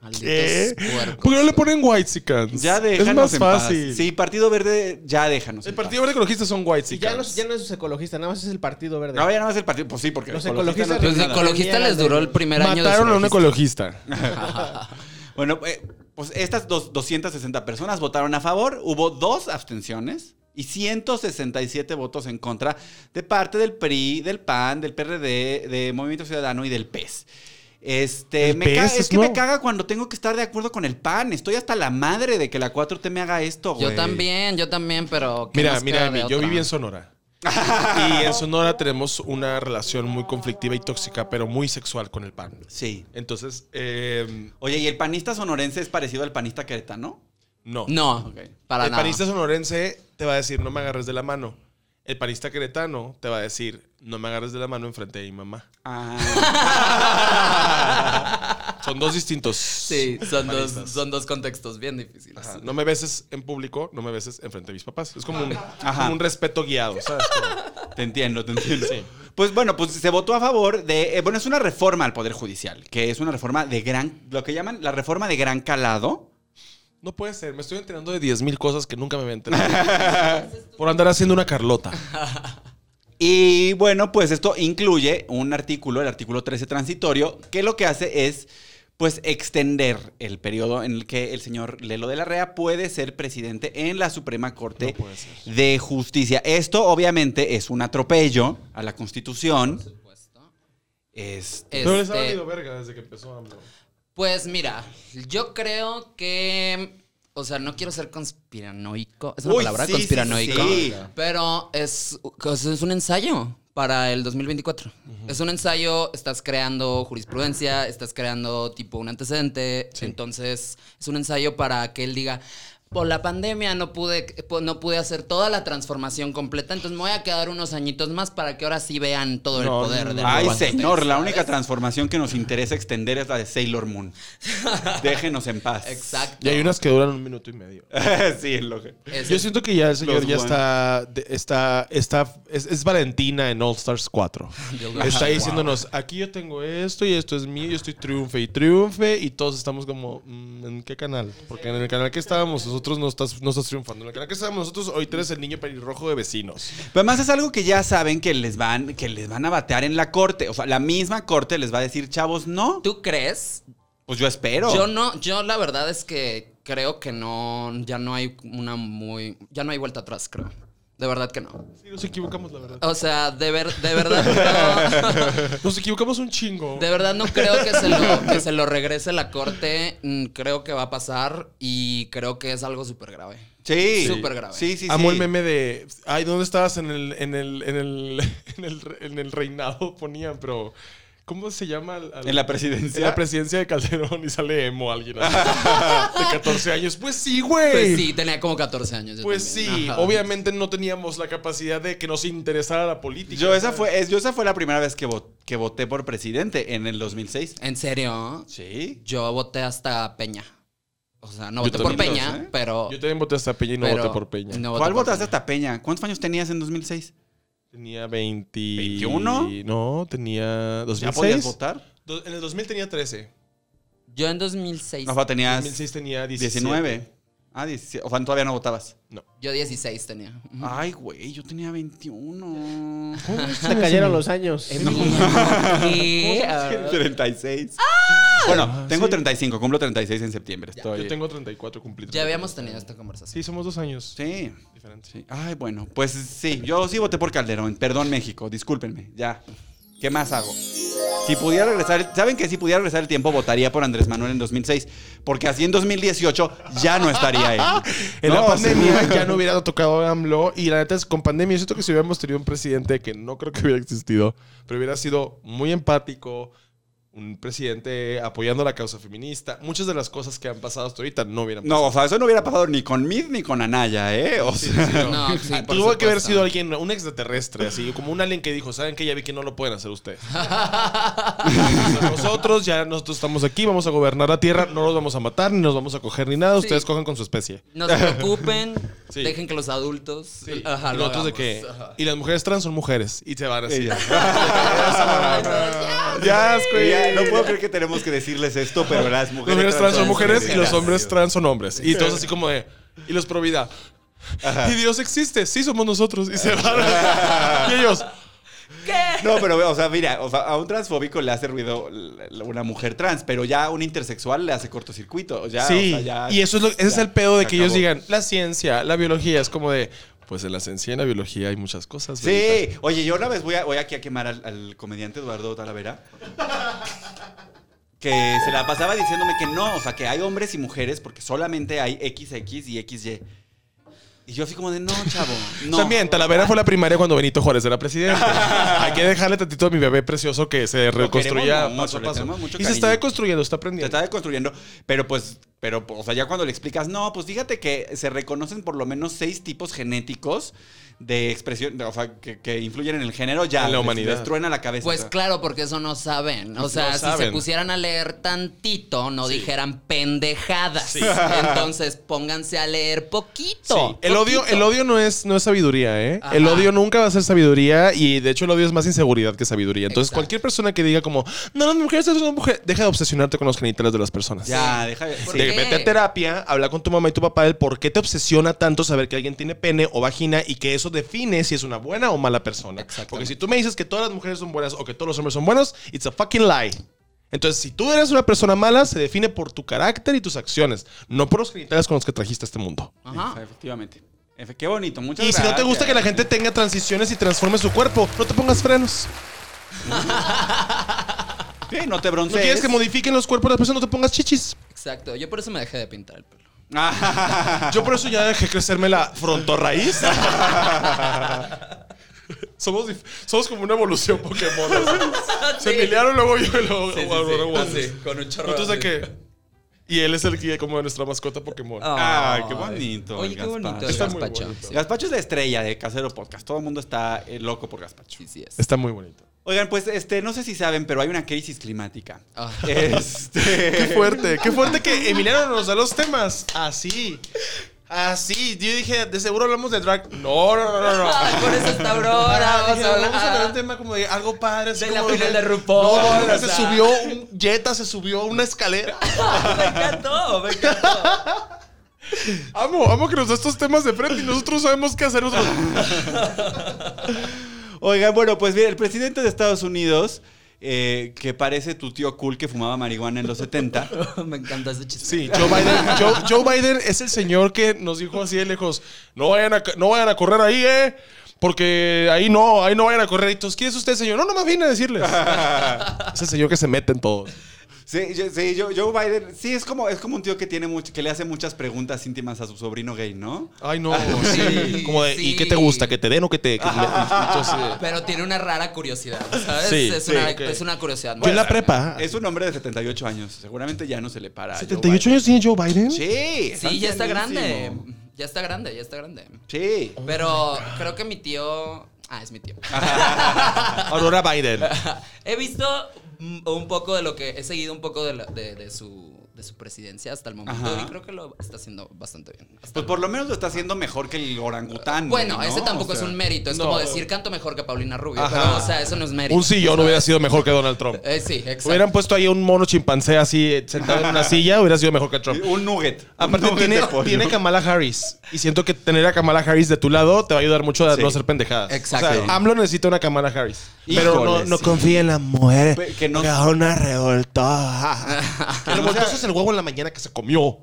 S6: Malditos
S7: ¿Qué?
S6: puercos.
S7: ¿Por qué no le ponen White Sicans?
S5: Ya déjanos
S7: Es más
S5: en paz.
S7: fácil.
S5: Sí, Partido Verde, ya déjanos.
S7: El
S5: en
S7: Partido Verde Ecologista son White
S8: Y ya no,
S7: Sicans.
S8: ya no es ecologista, nada más es el partido verde.
S5: paz. No, ya nada más el partido. Pues sí, porque
S8: Los
S5: no
S8: ecologistas-
S5: tienen
S6: Los
S5: nada.
S6: ecologistas les duró el primer año de
S7: Mataron a un
S6: ecologista.
S7: ecologista.
S5: Bueno, eh, pues estas dos- 260 personas votaron a favor, hubo dos abstenciones y 167 votos en contra de parte del PRI, del PAN, del PRD, de Movimiento Ciudadano y del PES. Este,
S7: ¿El
S5: me ca-
S7: PES?
S5: es que
S7: No.
S5: me caga cuando tengo que estar de acuerdo con el PAN. Estoy hasta la madre de que la 4T me haga esto, güey.
S6: Yo también, yo también, pero. ¿qué
S7: Mira,
S6: nos
S7: mira,
S6: queda
S7: Emi,
S6: de
S7: yo
S6: otra?
S7: viví en Sonora. y en Sonora tenemos una relación muy conflictiva y tóxica, pero muy sexual con el pan.
S5: Sí.
S7: Entonces, eh,
S5: Oye, ¿y el panista sonorense es parecido al panista queretano?
S7: no.
S6: No,
S5: Ok.
S6: para
S7: el
S6: nada.
S7: panista sonorense te va a decir, no me agarres de la mano. El panista queretano te va a decir, no me agarres de la mano enfrente de mi mamá.
S5: Ah.
S7: Son dos distintos.
S6: Sí, son dos,
S7: panistas.
S6: son dos contextos bien difíciles.
S7: Ajá, No me beses en público, no me beses enfrente de mis papás. Es como un,
S5: Ajá.
S7: como un respeto guiado, ¿sabes? Como-
S5: Te entiendo, te entiendo. Pues bueno, pues se votó a favor de. eh, bueno, es una reforma al Poder Judicial, que es una reforma de gran. Lo que llaman la reforma de gran calado.
S7: No puede ser, me estoy enterando de 10.000 cosas que nunca me había enterado. Por andar haciendo una Carlota.
S5: Y bueno, pues esto incluye un artículo, el artículo 13 transitorio, que lo que hace es. Pues extender el periodo en el que el señor Lelo de la Rea puede ser presidente en la Suprema Corte
S7: puede ser.
S5: de Justicia. Esto obviamente es un atropello a la Constitución. Este,
S7: Pero les ha
S6: Este,
S7: valido verga desde que empezó AMLO.
S6: Pues mira, yo creo que. O sea, no quiero ser conspiranoico. Es una
S5: Uy,
S6: palabra
S5: sí, sí,
S6: conspiranoico.
S5: sí.
S6: Pero es, o sea, es un ensayo para el 2024. Es un ensayo, estás creando jurisprudencia, estás creando tipo un antecedente. Entonces, es un ensayo para que él diga. Por la pandemia no pude, po- no pude hacer toda la transformación completa, entonces me voy a quedar unos aññitos más para que ahora sí vean
S7: No,
S6: todo el poder
S7: no,
S6: de
S7: no.
S5: Ay,
S7: Aguante,
S5: señor, la única transformación que nos interesa extender es la de Sailor Moon. Déjenos en paz.
S6: Exacto.
S7: Y hay unas que duran un minuto y medio.
S5: sí, es lo que-
S6: Es-
S7: Yo siento que ya el señor
S5: Los
S7: ya
S5: guan-
S7: está, de- está, está es, es Valentina en All Stars 4. Está diciéndonos, aquí yo tengo esto y esto es mío, yo estoy triunfe y triunfe y todos estamos como, mm, ¿en qué canal? Porque en el canal que estábamos nosotros no estás, no estás triunfando. En el canal que estábamos nosotros hoy tú eres el niño pelirrojo de vecinos.
S5: Pero además es algo que ya saben que les van, que les van a batear en la corte. O sea, la misma corte les va a decir, chavos, no.
S6: ¿Tú crees?
S5: Pues yo espero.
S6: Yo no, yo la verdad es que creo que no, ya no hay una muy, ya no hay vuelta atrás, creo. De verdad que no.
S7: Sí, nos equivocamos, la verdad.
S6: O sea, de, ver, de verdad no.
S7: Nos equivocamos un chingo.
S6: De verdad no creo que se lo, que se lo regrese la corte. Mm, Creo que va a pasar y creo que es algo súper grave.
S5: Sí.
S6: Súper grave.
S5: Sí, sí,
S7: Amo
S5: sí.
S7: el meme de. Ay, ¿dónde estabas en el, en el, en el, en el, en el reinado? Ponían, pero. ¿Cómo se llama? al- al-
S2: En la presidencia.
S7: En la presidencia de Calderón y sale emo alguien así, de 14 años. Pues sí, güey.
S6: Pues sí, tenía como 14 años. yo
S7: Pues
S6: también.
S7: sí,
S6: Ajá.
S7: obviamente no teníamos la capacidad de que nos interesara la política.
S2: Yo esa, fue, es- yo esa fue la primera vez que, vo- que voté por presidente en el 2006.
S6: ¿En serio?
S2: Sí.
S6: Yo voté hasta Peña. O sea, no
S2: Yo
S6: voté por
S2: también.
S6: Peña,
S2: ¿Eh?
S6: pero.
S7: Yo también voté hasta Peña y no
S6: pero-
S7: voté por Peña.
S6: no voté
S2: ¿Cuál
S6: por
S2: votaste
S6: Peña.
S2: hasta Peña? ¿Cuántos años tenías en 2006?
S7: Tenía 20...
S2: ¿21?
S7: No, tenía... ¿2006?
S2: ¿Ya podías votar?
S7: Do- En el 2000 tenía 13.
S6: Yo en 2006.
S2: Rafa,
S7: En
S2: tenías
S7: 2006 tenía 17.
S2: 19. Ah, 17. O sea, todavía no votabas.
S6: Yo 16 tenía.
S7: Mm.
S5: Ah,
S6: Ujú.
S2: Ay, güey, yo tenía 21.
S8: Te cayeron los años.
S6: Emiliano, ¿qué? Ah,
S2: 36. Bueno, tengo 35, cumplo 36 en septiembre. Estoy...
S7: Yo tengo 34 cumplidos.
S6: Ya habíamos tenido esta conversación.
S7: Sí, somos dos años
S2: Sí,
S7: diferentes.
S2: sí. Ay, bueno, pues sí, yo sí voté por Calderón. Perdón, México, discúlpenme, ya. ¿Qué más hago? Si pudiera regresar, ¿saben que si pudiera regresar el tiempo votaría por Andrés Manuel en 2006? Porque así en 2018 ya no estaría él.
S7: En
S2: No,
S7: la pandemia
S2: sí.
S7: ya no hubiera tocado AMLO. Y la neta es, con pandemia, yo siento que si hubiéramos tenido un presidente que no creo que hubiera existido, pero hubiera sido muy empático, un presidente apoyando la causa feminista, muchas de las cosas que han pasado hasta ahorita no hubieran
S2: No, o sea, eso no hubiera pasado ni con Mid ni con Anaya, ¿eh? O sea,
S6: No, sí,
S7: Ah,
S6: por
S7: Tuvo que haber
S6: supuesto.
S7: sido alguien, un extraterrestre, así como un alien que dijo, ¿saben qué? Ya vi que no lo pueden hacer ustedes. nosotros ya nosotros estamos aquí, vamos a gobernar la Tierra, no los vamos a matar, ni nos vamos a coger, ni nada. Ustedes cojan con su especie.
S6: No se preocupen.
S7: Sí.
S6: Dejen que los adultos. eh,
S7: Sí.
S6: Ajá,
S7: Y
S6: lo
S7: nosotros de
S6: hagamos.
S7: que-
S6: Ajá.
S7: Y las mujeres trans son mujeres. Y se van así.
S2: Ellas.
S7: ya, asco,
S2: ya,
S7: ya.
S2: no puedo creer que tenemos que decirles esto, pero las
S7: Las
S2: mujeres,
S7: mujeres trans son mujeres y los
S2: mujeres.
S7: hombres trans son hombres. Y todos así como de. Y los pro vida. Y Dios existe, sí somos nosotros. Y se van. y ellos.
S2: No, pero, o sea, mira, o sea, a un transfóbico le hace ruido l- l- una mujer trans, pero ya a un intersexual le hace cortocircuito. Ya,
S7: sí,
S2: o sea, ya-
S7: y eso es lo- ese es
S2: ya,
S7: el pedo de que
S2: se
S7: ellos
S2: acabó.
S7: digan la ciencia, la biología, es como de, pues en la ciencia y en la biología hay muchas cosas.
S2: Sí, oye, yo una vez voy, a- voy aquí a quemar al, al comediante Eduardo Talavera. Que se la pasaba diciéndome que no, o sea, que hay hombres y mujeres porque solamente hay XX y XY. Y yo así como de, no, chavo, no.
S7: También, Talavera fue la primaria cuando Benito Juárez era presidente. Hay que dejarle tantito a mi bebé precioso que se reconstruya
S2: queremos
S7: paso
S2: mucho,
S7: a
S2: le
S7: paso.
S2: tenemos mucho
S7: y se
S2: cariño.
S7: está deconstruyendo, está
S2: Te
S7: aprendiendo.
S2: está deconstruyendo, pero pues, pero, o sea, ya cuando le explicas, no, pues fíjate que se reconocen por lo menos seis tipos genéticos de expresión, o sea, que, que influyen en el género, ya.
S7: En la
S2: les-
S7: humanidad.
S2: Les truena la cabeza. o
S6: Pues
S2: sea.
S6: claro, porque eso no saben.
S7: No
S6: O sea, si se
S7: saben.
S6: pusieran a leer tantito, no
S7: Sí.
S6: dijeran pendejadas.
S7: Sí.
S6: Entonces, pónganse a leer
S7: Sí.
S6: poquito.
S7: El odio,
S6: poquito.
S7: el odio no es, no es sabiduría, ¿eh?
S6: Ajá.
S7: El odio nunca va a ser sabiduría y de hecho el odio es más inseguridad que sabiduría. Entonces
S6: Exacto.
S7: cualquier persona que diga como, no, las mujeres son mujeres, deja de obsesionarte con los genitales de las personas.
S2: Ya, deja de.
S6: ¿Por
S2: sí.
S7: De-
S6: qué?
S7: vete a terapia, habla con tu mamá y tu papá del por qué te obsesiona tanto saber que alguien tiene pene o vagina y que eso define si es una buena o mala persona. Porque si tú me dices que todas las mujeres son buenas o que todos los hombres son buenos, it's a fucking lie. Entonces, si tú eres una persona mala, se define por tu carácter y tus acciones, no por los genitales con los que trajiste a este mundo.
S6: Ajá.
S2: Efectivamente. Efe- Qué bonito, muchas
S7: y si
S2: gracias.
S7: no te gusta que la gente tenga transiciones y transforme su cuerpo, no te pongas frenos.
S2: Sí, no te
S7: No
S2: broncees.
S7: quieres que modifiquen los cuerpos de las personas, no te pongas chichis.
S6: Exacto. Yo por eso me dejé de pintar el pelo.
S7: Yo por eso ya dejé crecerme la frontorraíz. somos, dif- somos como una evolución Pokémon. así. Se
S6: Sí.
S7: pelearon luego yo y luego
S6: Sí, sí,
S7: Warrior
S6: sí.
S7: Warrior.
S6: Así, con un chorro
S7: Entonces,
S6: así.
S7: ¿qué? Y él es el guía como de nuestra mascota Pokémon.
S6: Ah.
S2: Ay, qué bonito.
S6: Oye,
S2: el
S6: qué bonito
S2: gazpacho.
S6: el
S7: Está muy
S6: gazpacho.
S7: bonito.
S6: Sí,
S2: Gazpacho es la estrella de Casero Podcast. Todo el mundo está eh, loco por Gazpacho.
S6: sí, sí es.
S7: Está muy bonito.
S2: Oigan, pues este, no sé si saben, pero hay una crisis climática.
S6: Ah.
S2: Este.
S7: Qué fuerte, qué fuerte que Emiliano nos da los temas. Así. Así. Yo dije, de seguro hablamos de drag. No, no, no, no. no.
S6: Ay, por eso está Aurora.
S7: Ah,
S6: Vamos
S7: dije,
S6: a hablar.
S7: tener un tema como de algo padre. así
S6: De la
S7: como
S6: final de RuPaul,
S7: No,
S6: o
S7: se
S6: sea.
S7: subió un Jetta, se subió una escalera.
S6: me encantó, me encantó.
S7: Amo, amo que nos da estos temas de frente y nosotros sabemos qué hacer. nosotros.
S2: Oigan, bueno, pues mira, el presidente de Estados Unidos, eh, que parece tu tío cool que fumaba marihuana en los 70.
S6: me encantó ese chiste.
S7: Sí, Joe Biden, Joe, Joe Biden es el señor que nos dijo así de lejos, no vayan a, ca- no vayan a correr ahí, ¿eh? Porque ahí no, ahí no vayan a correr. Y todos, ¿quién es usted, señor? No, no más vine a decirles. es el señor que se mete en todos.
S5: Sí, yo- sí, yo- Joe Biden, sí, es como, es como un tío que tiene mucho, que le hace muchas preguntas íntimas a su sobrino gay, ¿no?
S7: Ay, no,
S6: sí,
S7: sí. Como de,
S6: sí.
S7: ¿y qué te gusta? ¿Que te den o que te.? que le- yo así de-
S6: Pero tiene una rara curiosidad, ¿sabes?
S7: Sí,
S6: es,
S7: sí,
S6: una,
S7: ok.
S6: es una curiosidad.
S7: yo en la
S6: rara.
S7: prepa.
S5: Es un hombre de 78 años, seguramente ya no se le para. a Joe
S7: ¿78
S5: Biden.
S7: años tiene Joe Biden?
S5: Sí,
S6: Sí, ya está grande.
S5: ancianísimo.
S6: Ya está grande, ya está grande.
S7: Oh
S5: Sí.
S6: Pero creo que mi tío. Ah, es mi tío.
S7: Aurora Biden.
S6: He visto mm, un poco de lo que. He seguido un poco de, la- de- de su, de su presidencia hasta el momento.
S5: Ajá.
S6: Y creo que lo está haciendo bastante bien. Hasta
S5: Pues por lo menos lo está haciendo mejor que el orangután.
S6: Bueno,
S5: güey, ¿no?
S6: ese tampoco
S5: O sea,
S6: es un mérito. Es
S7: no.
S6: como decir canto mejor que Paulina Rubio.
S5: Ajá.
S6: Pero, o sea, eso no es mérito.
S7: Un sillón
S6: ¿sabes?
S7: hubiera sido mejor que Donald Trump.
S6: Eh, sí, exacto.
S7: Hubieran puesto ahí un mono chimpancé así eh, sentado en una silla, hubiera sido mejor que Trump.
S5: Un nugget.
S7: Aparte,
S5: un nugget
S7: tiene,
S5: de pollo.
S7: tiene Kamala Harris. Y siento que tener a Kamala Harris de tu lado te va a ayudar mucho a no hacer pendejadas.
S6: Exacto. Ah,
S7: O sea, AMLO necesita una Kamala Harris. pero no,
S5: Híjole,
S7: no
S5: sí.
S7: confía en las mujeres.
S5: Pe- que no-
S7: Que ahora una revoltosa. El revoltoso es el huevo en la mañana que se comió.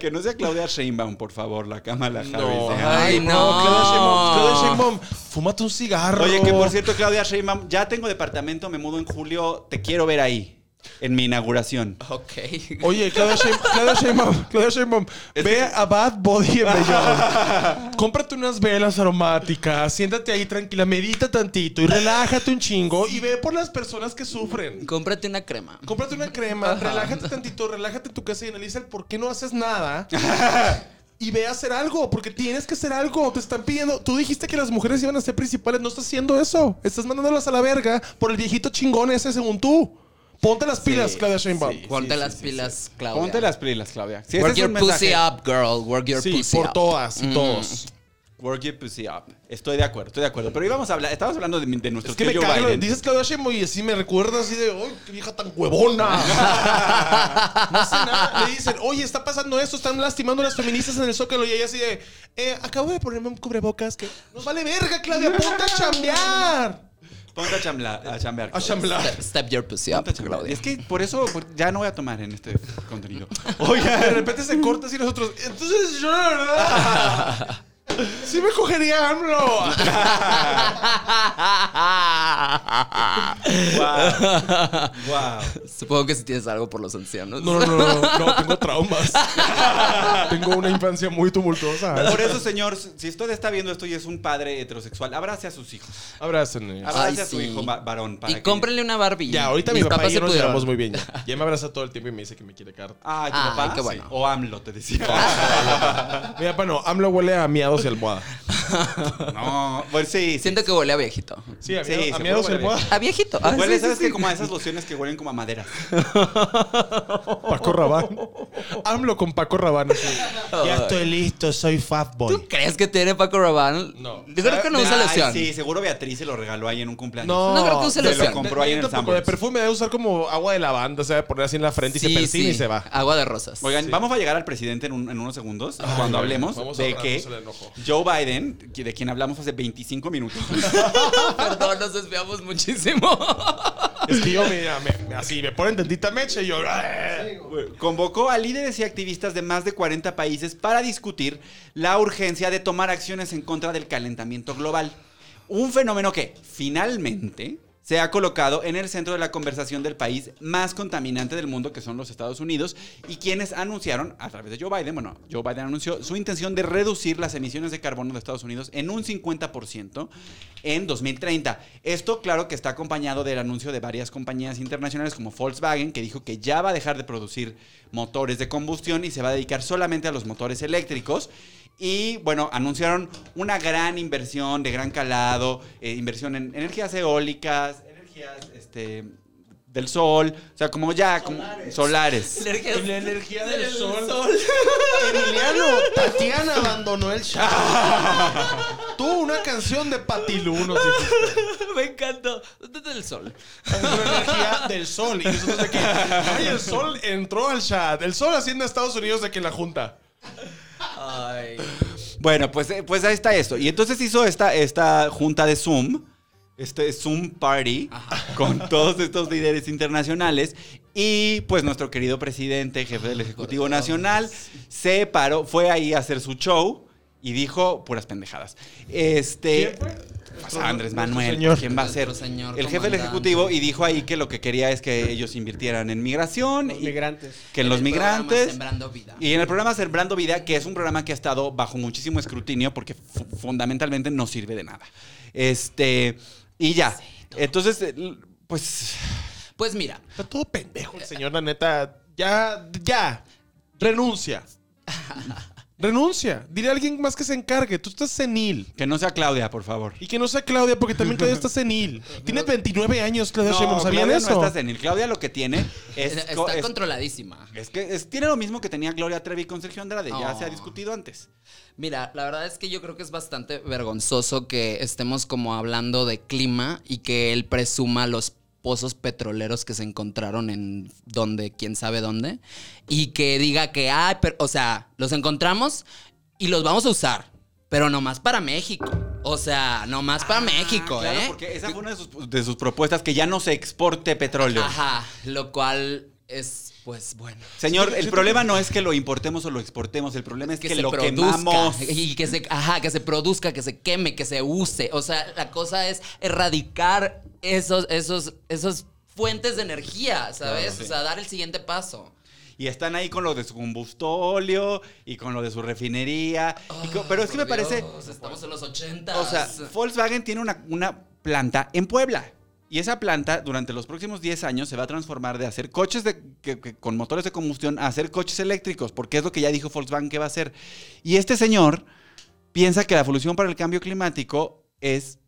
S5: que no sea Claudia Sheinbaum, por favor, la Kamala Harris.
S7: No.
S5: ¿eh?
S6: Ay,
S7: bro,
S6: no.
S7: Claudia Sheinbaum, Claudia Sheinbaum, fúmate un cigarro.
S5: Oye, que por cierto, Claudia Sheinbaum, ya tengo departamento, me mudo en julio, te quiero ver ahí, en mi inauguración.
S7: ah,
S6: Ok.
S7: Oye, Claudia Sheim- Claudia Sheinbaum, Claudia Sheinbaum, ve a Bad Body en Bellón. Cómprate unas velas aromáticas, siéntate ahí tranquila, medita tantito y relájate un chingo y ve por las personas que sufren.
S6: Cómprate una crema.
S7: Cómprate una crema, relájate tantito, relájate en tu casa y analiza el por qué no haces nada. Y ve a hacer algo, porque tienes que hacer algo. Te están pidiendo. Tú dijiste que las mujeres iban a ser principales. No estás haciendo eso. Estás mandándolas a la verga por el viejito chingón ese, según tú. Ponte las pilas, Claudia Sheinbaum.
S6: Ponte las pilas, Claudia.
S5: Ponte las pilas, Claudia. Si ese
S6: Work
S5: es
S6: your
S5: un
S6: pussy
S5: mensaje,
S6: up, girl. Work your
S7: Sí,
S6: pussy
S7: por
S6: up. Mm.
S7: todas y todos.
S5: Work your pussy up. Estoy de acuerdo, estoy de acuerdo. Pero íbamos a hablar, estábamos hablando de, mi- de nuestro
S7: Es que
S5: tío
S7: me
S5: Joe
S7: cago,
S5: Biden.
S7: dices Claudia Sheinbaum y así me recuerda así de, ¡ay, qué vieja tan huevona! no hace nada. Le dicen, oye, está pasando esto, están lastimando a las feministas en el Zócalo. Y ella así de, eh, acabo de ponerme un cubrebocas que nos vale verga, Claudia, ponte a chambear.
S5: Ponte a, chambla- eh. a chambear.
S7: A
S5: Claudia.
S7: chamblar.
S6: Step, step your pussy up,
S5: Ponte a chambear.
S6: Claudia.
S5: Es que por eso por- ya no voy a tomar en este contenido.
S7: Oye, de repente se corta así nosotros. Entonces yo, la verdad, sí me cogería a AMLO.
S6: Supongo que si tienes algo por los ancianos.
S7: No, no, no, no, no, tengo traumas. tengo una infancia muy tumultuosa.
S5: Por eso, señor, si usted está viendo esto y es un padre heterosexual, abrace a sus hijos.
S7: Abrácenme.
S5: Abrace a su
S6: sí.
S5: hijo va- varón. para
S6: Y
S5: que-
S6: cómprenle una Barbie.
S7: Ya, ahorita mi,
S6: Mis
S7: papá
S6: papás
S7: y
S6: se
S7: yo nos
S6: pudieron.
S7: llevamos muy bien. Ya. Ya me abraza todo el tiempo y me dice que me quiere carta.
S5: Ay, tu
S6: Ay,
S5: papá.
S6: qué bueno. Ah.
S5: Sí. O AMLO, te decía.
S7: Mi papá no, AMLO huele a miados y almohada.
S5: No, pues sí. sí.
S6: Siento que huele a viejito.
S7: Sí, a,
S5: Sí,
S7: miados- a
S5: seguro
S7: miados y
S5: huele
S7: almohada.
S6: A viejito. Ah,
S5: Huele,
S6: sí, sí,
S5: ¿sabes
S6: sí.
S5: qué? Como a esas lociones que huelen como a madera.
S7: Paco Rabán. AMLO con Paco Rabán. así.
S4: Ya estoy listo, soy
S6: ¿Tú
S4: Fatboy.
S6: crees que tiene Paco Rabanne?
S7: No.
S6: Yo creo que no usa
S5: Ah, Ay,
S6: loción.
S5: Sí, seguro Beatriz se lo regaló ahí en un cumpleaños.
S7: No,
S6: No creo que use
S5: se lo
S6: loción.
S5: compró ahí en el
S7: Tampoco, de
S5: Sanborns.
S7: perfume debe usar como agua de lavanda, se debe poner así en la frente y
S6: Sí,
S7: se persina
S6: sí.
S7: y se va.
S6: Agua de rosas.
S5: Oigan, vamos a llegar al presidente en, un- en unos segundos cuando
S7: ay,
S5: hablemos
S7: vamos a
S5: de
S7: ahorrarnos
S5: que
S7: el enojo.
S5: Joe Biden, que- de quien hablamos hace 25 minutos,
S6: Perdón, nos desviamos muchísimo.
S7: Es que yo, mira, me- me- así me ponen tantita mecha y yo. "Ah".
S5: convocó a líderes y activistas de más de 40 países para discutir la urgencia de tomar acciones en contra del calentamiento global. Un fenómeno que finalmente se ha colocado en el centro de la conversación del país más contaminante del mundo, que son los Estados Unidos, y quienes anunciaron, a través de Joe Biden, bueno, Joe Biden anunció su intención de reducir las emisiones de carbono de Estados Unidos en un 50% en 2030. Esto, claro, que está acompañado del anuncio de varias compañías internacionales como Volkswagen, que dijo que ya va a dejar de producir motores de combustión y se va a dedicar solamente a los motores eléctricos. Y bueno, anunciaron una gran inversión de gran calado, eh, inversión en energías eólicas, energías este, del sol, o sea, como ya, como solares.
S6: Energía-
S7: La energía del sol.
S6: sol.
S7: Emiliano, Tatiana abandonó el show. Tú una canción de Patilú nos dijiste.
S6: Me encantó. ¿Dónde está el sol?
S7: Pero energía del sol. Y nosotros de que, ay, el sol entró al chat. El sol haciendo a Estados Unidos de que en la junta.
S6: Ay.
S5: Bueno, pues, eh, pues ahí está esto. Y entonces hizo esta, esta junta de Zoom, este Zoom Party, con todos estos líderes internacionales. Y pues nuestro querido presidente, jefe del Ejecutivo Nacional, se paró, fue ahí a hacer su show y dijo puras pendejadas. Este, Pues Andrés Manuel,
S7: señor.
S5: ¿quién va a ser?
S6: Nuestro señor
S5: el jefe del
S6: comandante.
S5: Ejecutivo y dijo ahí que lo que quería es que ellos invirtieran en migración,
S8: Los
S5: y
S8: migrantes.
S5: que en los
S6: el programa
S5: migrantes,
S6: Sembrando vida.
S5: y en el programa Sembrando Vida, que es un programa que ha estado bajo muchísimo escrutinio porque fu- fundamentalmente no sirve de nada. Este, y ya. Entonces, eh, pues
S6: Pues mira,
S7: Está todo pendejo el señor, la neta. Ya, ya. Renuncia. Renuncia. Dile a alguien más que se encargue. Tú estás senil.
S5: que no sea Claudia, por favor.
S7: Y que no sea Claudia, porque también Claudia está senil. Tiene 29 años, Claudia Sheinbaum. ¿Sabían
S5: Claudia
S7: eso?
S5: no está senil. Claudia lo que tiene es,
S6: está
S5: co- es-
S6: controladísima.
S5: es que es- tiene lo mismo que tenía Gloria Trevi con Sergio Andrade, ya
S6: Oh.
S5: se ha discutido antes.
S6: Mira, la verdad es que yo creo que es bastante vergonzoso que estemos como hablando de clima y que él presuma los pozos petroleros que se encontraron en donde, quién sabe dónde, y que diga que, ay, pero, o sea, los encontramos y los vamos a usar, pero nomás para México. O sea, nomás para México,
S5: Ah, Claro,
S6: ¿eh?
S5: porque esa fue una de sus, de sus propuestas, que ya no se exporte petróleo.
S6: Ajá, lo cual es, pues, bueno.
S5: Señor, el problema no es que lo importemos o lo exportemos, el problema es que, lo quemamos.
S6: y que se ajá que se produzca que se queme que se use o sea la cosa es erradicar esos esos esos fuentes de energía sabes o sea dar el siguiente paso
S5: Y están ahí con lo de su combustóleo y con lo de su refinería. y co-
S6: Ay,
S5: pero es que me
S6: por
S5: parece,
S6: Dios, estamos en los 80
S5: o sea, Volkswagen tiene una, una planta en Puebla. Y esa planta durante los próximos 10 años se va a transformar de hacer coches de, que- que- con motores de combustión a hacer coches eléctricos, porque es lo que ya dijo Volkswagen que va a hacer. Y este señor piensa que la solución para el cambio climático es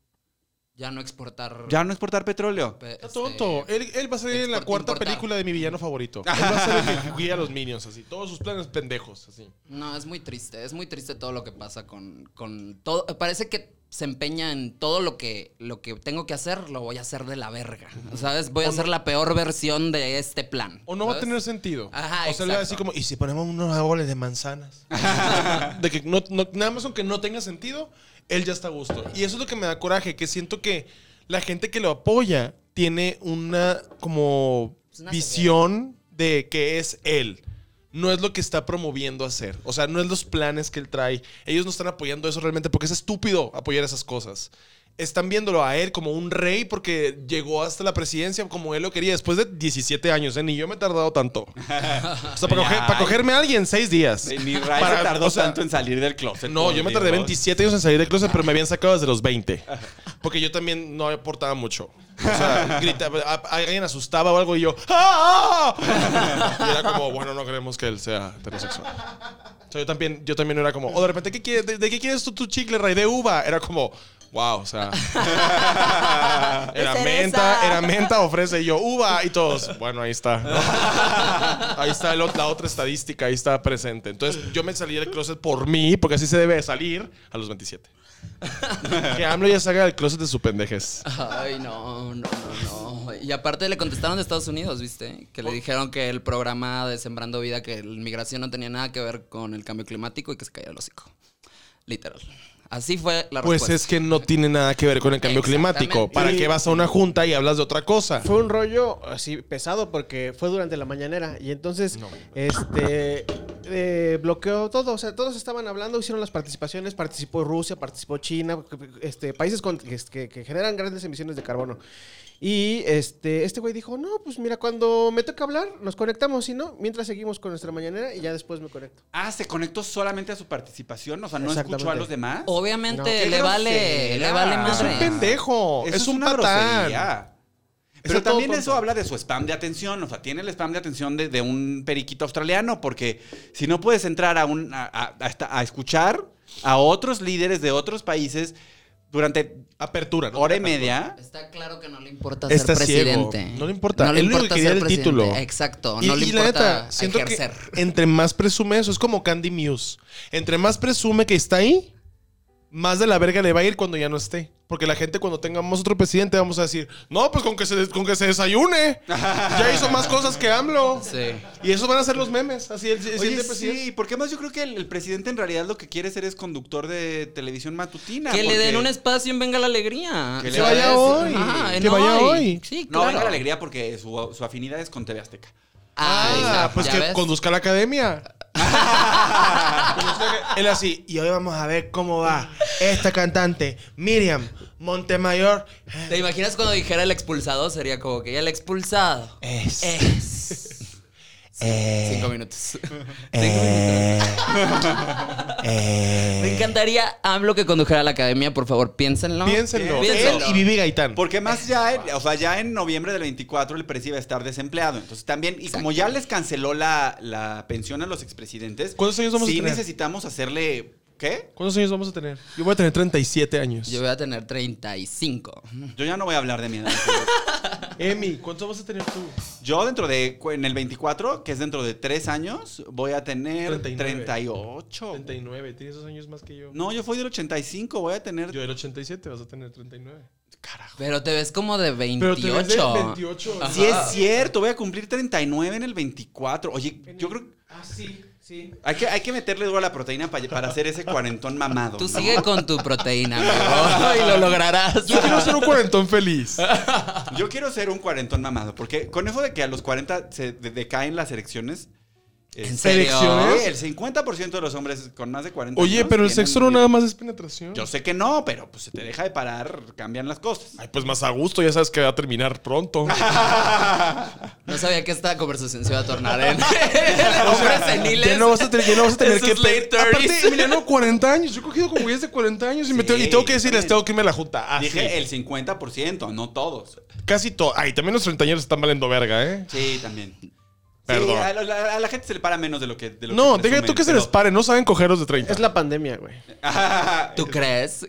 S6: ya no exportar
S5: ya no exportar petróleo.
S6: pe-
S7: Está
S6: este,
S7: tonto. Él, él va a salir en la
S6: Export-
S7: cuarta
S6: importar.
S7: película de mi villano favorito. Él va a ser el que guía a los minions, así. Todos sus planes pendejos, así.
S6: No, es muy triste, es muy triste todo lo que pasa con, con todo. Parece que se empeña en todo lo que, lo que tengo que hacer, lo voy a hacer de la verga. ¿Sabes? Voy a hacer la peor versión de este plan.
S7: O no va a
S6: ¿sabes?
S7: tener sentido.
S6: Ajá,
S7: o sea, le va a
S6: exacto.
S7: decir como, ¿y si ponemos unos árboles de manzanas? de que no, no- nada más aunque no tenga sentido, él ya está a gusto. Y eso es lo que me da coraje, que siento que la gente que lo apoya tiene una como
S6: Es una
S7: visión de que es él. No es lo que está promoviendo hacer. O sea, no es los planes que él trae. Ellos no están apoyando eso realmente porque es estúpido apoyar esas cosas. Están viéndolo a él como un rey porque llegó hasta la presidencia como él lo quería después de 17 años. ¿eh? Ni yo me he tardado tanto. O sea, para, coger- para cogerme a alguien, seis días.
S5: Ni Ray
S7: Para-
S5: se Eh, tardó
S7: o sea,
S5: tanto en salir del closet.
S7: No,
S5: por
S7: yo me tardé
S5: Dios.
S7: 27 años en salir del closet, pero me habían sacado desde los 20. Porque yo también no aportaba mucho. O sea, gritaba, a- a- alguien asustaba o algo y yo, ¡Ah! Y era como, bueno, no creemos que él sea heterosexual. O sea, yo también, yo también era como, oh, de repente, ¿qué quieres, de, de qué quieres tú tu chicle, Ray? ¿De uva? Era como, wow, o sea. era menta, era menta, ofrece. Y yo, uva. Y todos, bueno, ahí está. ¿no? ahí está el ot- la otra estadística, ahí está presente. Entonces, yo me salí del closet por mí, porque así se debe de salir a los 27. que AMLO ya salga del closet de su pendejes.
S6: Ay, no, no, no, no. Y aparte le contestaron de Estados Unidos, ¿viste? Que le dijeron que el programa de Sembrando Vida, que la migración no tenía nada que ver con el cambio climático y que se caía el hocico. Literal. Así fue la
S7: Pues
S6: respuesta.
S7: es que no tiene nada que ver con el cambio
S6: Exactamente.
S7: climático. ¿Para qué vas a una junta y hablas de otra cosa?
S8: Fue un rollo así pesado porque fue durante la mañanera y entonces este eh, bloqueó todo, o sea, todos estaban hablando, hicieron las participaciones, participó Rusia, participó China, este países con- que, que generan grandes emisiones de carbono. Y este este güey dijo, "No, pues mira, cuando me toca hablar, nos conectamos, si no, mientras seguimos con nuestra mañanera y ya después me conecto."
S5: Ah, se conectó solamente a su participación, o sea, no escuchó a
S8: Exactamente.
S5: los demás.
S8: No,
S6: Obviamente
S8: qué
S6: le vale,
S5: grosera.
S6: le vale
S5: Es un
S6: madre.
S7: Pendejo.
S5: Ah, Eso
S7: es un
S5: una
S7: patán.
S5: grosería. Pero
S7: todo
S5: también
S7: tonto.
S5: eso habla de su spam de atención, o sea, tiene el spam de atención de, de un periquito australiano, porque si no puedes entrar a, un, a, a- a esta- a escuchar a otros líderes de otros países durante
S7: Apertura. ¿no?
S5: hora y media,
S6: Está claro que no le importa
S7: Está
S6: ser
S7: ciego.
S6: presidente.
S7: No le importa.
S6: No le
S7: Él lo que
S6: importa
S7: quería
S6: ser
S7: era el
S6: presidente.
S7: título.
S6: Exacto.
S7: Y-
S6: no le
S7: y la
S6: importa
S7: neta, siento
S6: ejercer.
S7: que entre más presume eso, es como Candy Muse. Entre más presume que está ahí, más de la verga le va a ir cuando ya no esté. Porque la gente cuando tengamos otro presidente vamos a decir, no, pues con que se, con que se desayune. ya hizo más cosas que AMLO.
S6: Sí.
S7: Y eso van a ser los memes. Así el, el
S5: Oye,
S7: siguiente presidente.
S5: sí, porque más yo creo que el, el presidente en realidad lo que quiere ser es conductor de televisión matutina.
S6: Que le den
S5: porque-
S6: un espacio en Venga la Alegría.
S5: Que le
S7: Que
S6: ¿sabes?
S7: vaya hoy.
S6: Ajá, en
S7: que vaya hoy.
S6: Sí,
S5: No,
S6: claro.
S5: venga la alegría porque su, su afinidad es con TV Azteca.
S6: Ah,
S7: Ah, pues que
S6: ves?
S7: conduzca la academia.
S4: Él así, y hoy vamos a ver cómo va esta cantante, Miriam Montemayor.
S6: ¿Te imaginas cuando dijera el expulsado? Sería como que ya el expulsado.
S4: Es.
S6: Es. Cinco minutos.
S4: Eh, eh.
S6: Me encantaría AMLO que condujera a la academia, por favor, piénsenlo.
S7: Piénsenlo.
S6: Piénsenlo.
S7: Él y Vivi Gaitán.
S5: Porque más ya, en- o sea, ya en noviembre del 24 el presi va a estar desempleado. Entonces también, y como ya les canceló la, la pensión a los expresidentes,
S7: ¿Cuántos años vamos a
S5: sí
S7: tener?
S5: necesitamos hacerle. ¿Qué?
S7: ¿Cuántos años vamos a tener? Yo voy a tener 37 años.
S6: Yo voy a tener 35.
S5: Yo ya no voy a hablar de mi edad.
S7: Emi, ¿cuántos vas a tener tú?
S5: Yo dentro de, cu- en el 24, que es dentro de tres años, voy a tener
S7: 39.
S5: 38.
S7: 39. Tienes dos años más que yo.
S5: No, yo fui del 85, voy a tener...
S7: Yo del 87 vas a tener 39.
S6: Pero te ves como de 28.
S7: Pero te ves de 28.
S6: Ajá.
S5: Sí es cierto, voy a cumplir 39 en el 24. Oye, yo creo que
S8: Ah, sí, sí.
S5: hay que, hay que meterle duro a la proteína pa- para hacer ese cuarentón mamado.
S6: Tú
S5: ¿no?
S6: sigue con tu proteína, amigo, y lo lograrás.
S7: Yo quiero ser un cuarentón feliz.
S5: Yo quiero ser un cuarentón mamado, porque con eso de que a los 40 se de- decaen las erecciones...
S6: ¿En
S5: es-
S6: serio?
S5: Sí, el 50% de los hombres con más de 40
S7: Oye,
S5: años
S7: pero el
S5: tienen-
S7: sexo no nada más es penetración.
S5: Yo sé que no, pero pues se te deja de parar, cambian las cosas.
S7: Ay, pues más a gusto, ya sabes que va a terminar pronto.
S6: No sabía que esta conversación se iba a tornar en hombres seniles.
S7: Ya no vas a tener, ya no vas a tener
S6: En
S7: que.
S6: sus late
S7: pe- Aparte,
S6: 30s.
S7: mira, no, 40 años. Yo he cogido con güeyes de 40 años y, me
S5: Sí,
S7: tengo, y tengo que
S5: yo
S7: decirles,
S5: también.
S7: tengo que irme a la junta. Ah,
S5: Dije
S7: sí.
S5: el 50%, no todos.
S7: Casi todo. Ay, también los treintañeros están valiendo verga, ¿eh?
S5: Sí, también.
S7: Perdón.
S5: Sí, a, la, a la gente se le para menos de lo que. de lo
S7: No,
S5: que
S7: deja
S5: presumen,
S7: tú que se les
S5: pero-
S7: pare, no saben cogeros de 30.
S8: Es la pandemia, güey.
S6: ¿Tú crees?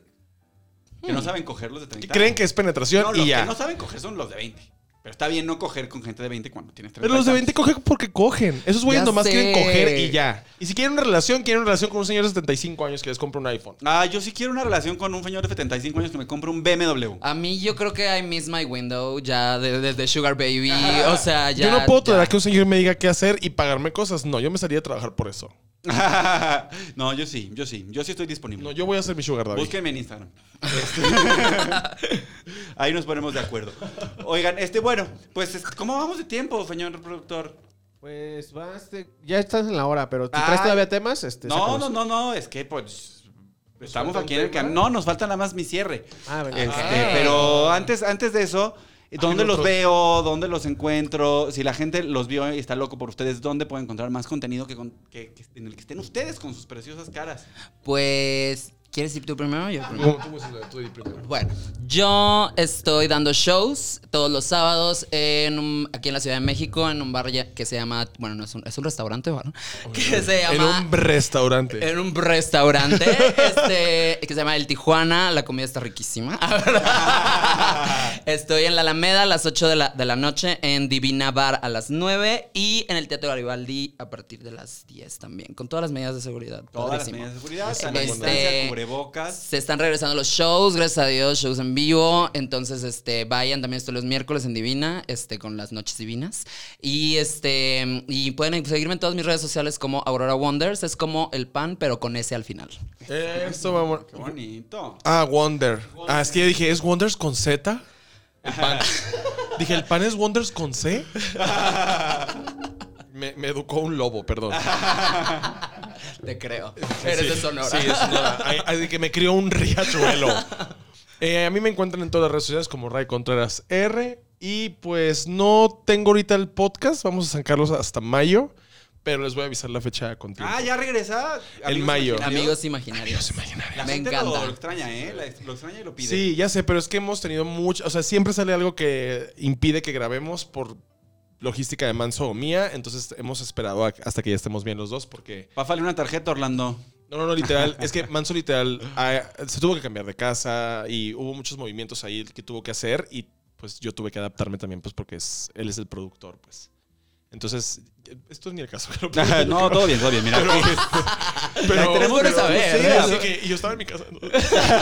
S5: Que no saben coger los de 30.
S7: Creen que es penetración
S5: No, los
S7: y ya.
S5: que no saben coger son los de 20. Pero está bien no coger con gente de 20 cuando tienes 30.
S7: Pero los de
S5: y
S7: 20 cogen porque cogen. Esos güeyes
S6: Ya
S7: nomás
S6: sé.
S7: quieren coger y ya. Y si quieren una relación, quieren una relación con un señor de 75 años que les compra un iPhone.
S5: tantos. Ah, yo sí quiero una relación con un señor de 75 años que me compre un BMW.
S6: A mí yo creo que I miss my window ya de- desde Sugar Baby. O sea, ya.
S7: Yo no puedo
S6: ya.
S7: tolerar que un señor me diga qué hacer y pagarme cosas. No, yo me salía a trabajar por eso.
S5: no, yo sí, yo sí. Yo sí estoy disponible.
S7: No, yo voy a hacer mi sugar daddy.
S5: Búsquenme en Instagram. Este, Ahí nos ponemos de acuerdo. Oigan, este, bueno, pues, es- ¿cómo vamos de tiempo, señor productor?
S8: Pues vas, este, ya estás en la hora, pero si
S5: Ay.
S8: traes todavía temas, este.
S5: Ah. No,
S8: sácalos.
S5: no, no, no, es que pues estamos
S8: falta un
S5: aquí en el
S8: tema?
S5: camino. No, nos falta nada más mi cierre.
S8: Ah, venga.
S5: Este,
S6: Ah.
S5: pero antes, antes de eso, ¿dónde los veo? ¿Dónde los encuentro? Si la gente los vio y está loco por ustedes, ¿dónde pueden encontrar más contenido que, con- que- que- en el que estén ustedes con sus preciosas caras?
S6: Pues. ¿Quieres ir tú primero o yo primero? Bueno, yo estoy dando shows todos los sábados en un- aquí en la Ciudad de México, en un bar ya- que se llama. Bueno, no es un, es un restaurante, bar, ¿no? Que se
S7: En
S6: llama.
S7: un restaurante.
S6: En un restaurante este, que se llama El Tijuana. La comida está riquísima. Estoy en la Alameda a las 8 de la, de la noche, en Divina Bar a las 9 y en el Teatro Garibaldi a partir de las 10 también, con todas las medidas de seguridad.
S5: Todas
S6: Padrísimo.
S5: las medidas de seguridad, sana
S6: Este-
S5: distancia, cubrebocas.
S6: Se están regresando los shows, gracias a Dios, shows en vivo. Entonces, este, vayan, también estoy los miércoles en Divina, este, con las noches divinas. Y este, y pueden seguirme en todas mis redes sociales como Aurora Wonders. Es como el pan, pero con S al final.
S7: Eso, vamos.
S5: Qué bonito.
S7: Ah, Wonder. Ah, es que yo dije, ¿es Wonders con Z? El pan. dije, ¿el pan es Wonders con C? me, me educó un lobo, perdón.
S6: Te creo. Eres de Sonora.
S7: Sí, es una- ay, ay, de que me crió un riachuelo. Eh, a mí me encuentran en todas las redes sociales como Ray Contreras R. Y pues no tengo ahorita el podcast. Vamos a sacarlos hasta mayo. Pero les voy a avisar la fecha contigo.
S5: Ah, ya regresa.
S7: En
S5: Amigos
S7: mayo.
S5: imaginarios.
S6: Amigos imaginarios.
S5: La
S6: Me
S5: gente
S6: encanta.
S5: lo extraña, ¿eh? La- Lo extraña y lo pide.
S7: Sí, ya sé, pero es que hemos tenido mucho. O sea, siempre sale algo que impide que grabemos por logística de Manso o mía. Entonces hemos esperado a- hasta que ya estemos bien los dos porque.
S5: Va a faltar una tarjeta, Orlando.
S7: No, no, no, literal. es que Manso literal ah, se tuvo que cambiar de casa y hubo muchos movimientos ahí que tuvo que hacer y pues yo tuve que adaptarme también pues porque es, él es el productor pues. Entonces, esto es ni el caso. pero-
S5: no, todo bien, todo bien, mira.
S7: pero
S6: tenemos que saber,
S7: sí,
S6: ¿eh?
S7: así que y yo estaba en mi casa.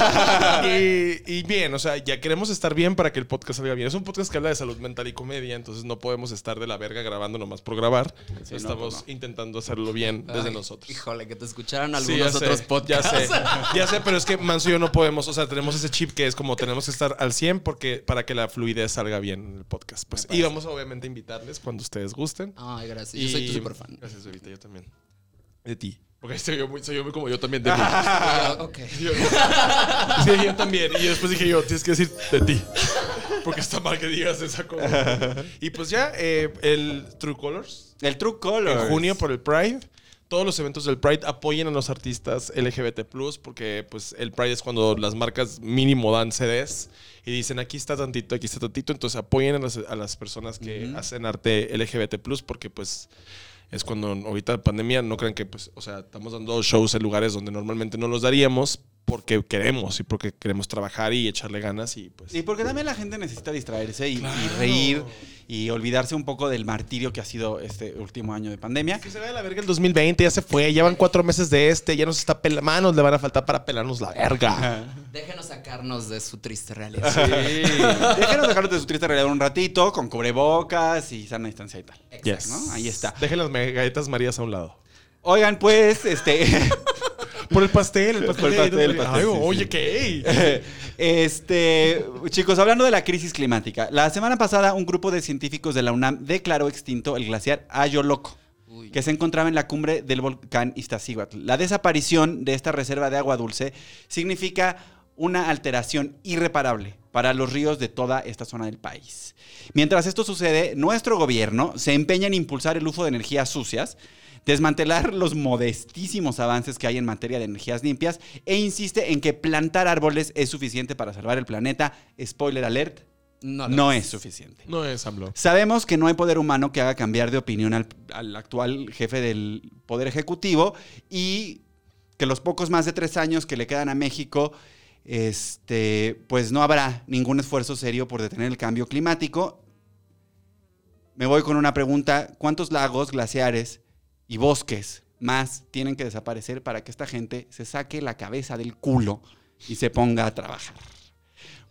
S7: y, y bien, o sea, ya queremos estar bien para que el podcast salga bien. Es un podcast que habla de salud mental y comedia, entonces no podemos estar de la verga grabando nomás por grabar.
S5: Sí, no,
S7: Estamos
S5: pues
S7: intentando hacerlo bien desde
S6: Ay,
S7: nosotros.
S6: Híjole, que te escucharan
S7: Sí,
S6: algunos
S7: ya sé,
S6: otros podcasts.
S7: Ya sé, ya sé, pero es que Manso y yo no podemos, o sea, tenemos ese chip que es como tenemos que estar al 100 porque, para que la fluidez salga bien en el podcast. Pues, y vamos obviamente a invitarles cuando ustedes gusten.
S6: Ay, gracias. Ah, Yo soy tu
S7: Y-
S6: super fan.
S7: Gracias, Bebita, yo también. de ti. Porque se vio muy, se vio muy como yo también de mí. Y yo, sí, yo también. Y después dije yo, tienes que decir de ti. Porque está mal que digas esa cosa. Y pues ya, eh, el True Colors,
S2: El True Color.
S7: en junio por el Pride. Todos los eventos del Pride apoyen a los artistas LGBT+, porque pues el Pride es cuando las marcas mínimo dan CDs y dicen aquí está tantito, aquí está tantito, entonces apoyen a las, a las personas que hacen arte LGBT+, porque pues es cuando ahorita pandemia no crean que pues, o sea, estamos dando shows en lugares donde normalmente no los daríamos porque queremos y porque queremos trabajar y echarle ganas y pues...
S2: Y porque también la gente necesita distraerse y, y reír y olvidarse un poco del martirio que ha sido este último año de pandemia.
S7: Que se vaya a la verga el 2020, ya se fue, ya van cuatro meses de este, ya nos está pelando, manos le van a faltar para pelarnos la verga.
S6: Déjenos sacarnos de su triste realidad.
S2: Déjenos dejarnos de su triste realidad un ratito con cubrebocas y sana distancia y tal.
S7: Yes.
S2: ¿No? Ahí está.
S7: Dejen las me- galletas marías a un lado.
S2: Oigan, pues, este.
S7: Por el pastel, el pastel.
S2: Por el pastel, el
S7: Ay,
S2: pastel, sí,
S7: oye,
S2: sí.
S7: ¿qué?
S2: Este, chicos, hablando de la crisis climática, la semana pasada un grupo de científicos de la UNAM declaró extinto el glaciar Ayoloco,
S6: Uy.
S2: que se encontraba en la cumbre del volcán Iztaccíhuatl. La desaparición de esta reserva de agua dulce significa una alteración irreparable para los ríos de toda esta zona del país. Mientras esto sucede, nuestro gobierno se empeña en impulsar el uso de energías sucias, desmantelar los modestísimos avances que hay en materia de energías limpias e insiste en que plantar árboles es suficiente para salvar el planeta. Spoiler alert,
S6: No, lo
S2: no es suficiente.
S7: No es AMLO.
S2: Sabemos que no hay poder humano que haga cambiar de opinión al, al actual jefe del Poder Ejecutivo y que los pocos más de tres años que le quedan a México, este, pues no habrá ningún esfuerzo serio por detener el cambio climático. Me voy con una pregunta. ¿Cuántos lagos, glaciares y bosques más tienen que desaparecer para que esta gente se saque la cabeza del culo y se ponga a trabajar?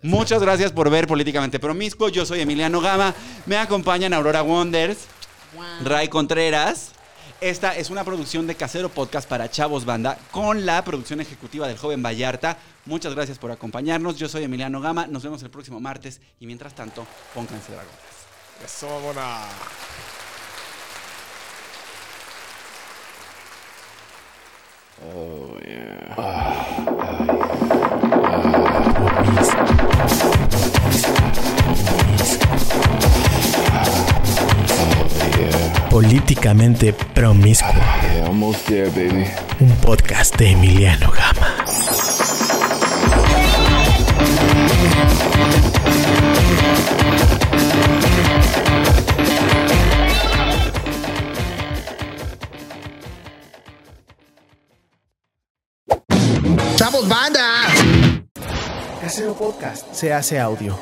S2: Muchas gracias por ver Políticamente Promiscuo. Yo soy Emiliano Gama. Me acompañan Aurora Wonders, Ray Contreras. Esta es una producción de Casero Podcast para Chavos Banda con la producción ejecutiva del joven Vallarta. Muchas gracias por acompañarnos. Yo soy Emiliano Gama. Nos vemos el próximo martes y mientras tanto, pónganse dragón.
S7: Eso, mamona.
S4: Políticamente promiscuo. Un podcast de Emiliano Gama.
S3: ¡Chavos, banda!
S4: Casero Podcast se hace audio.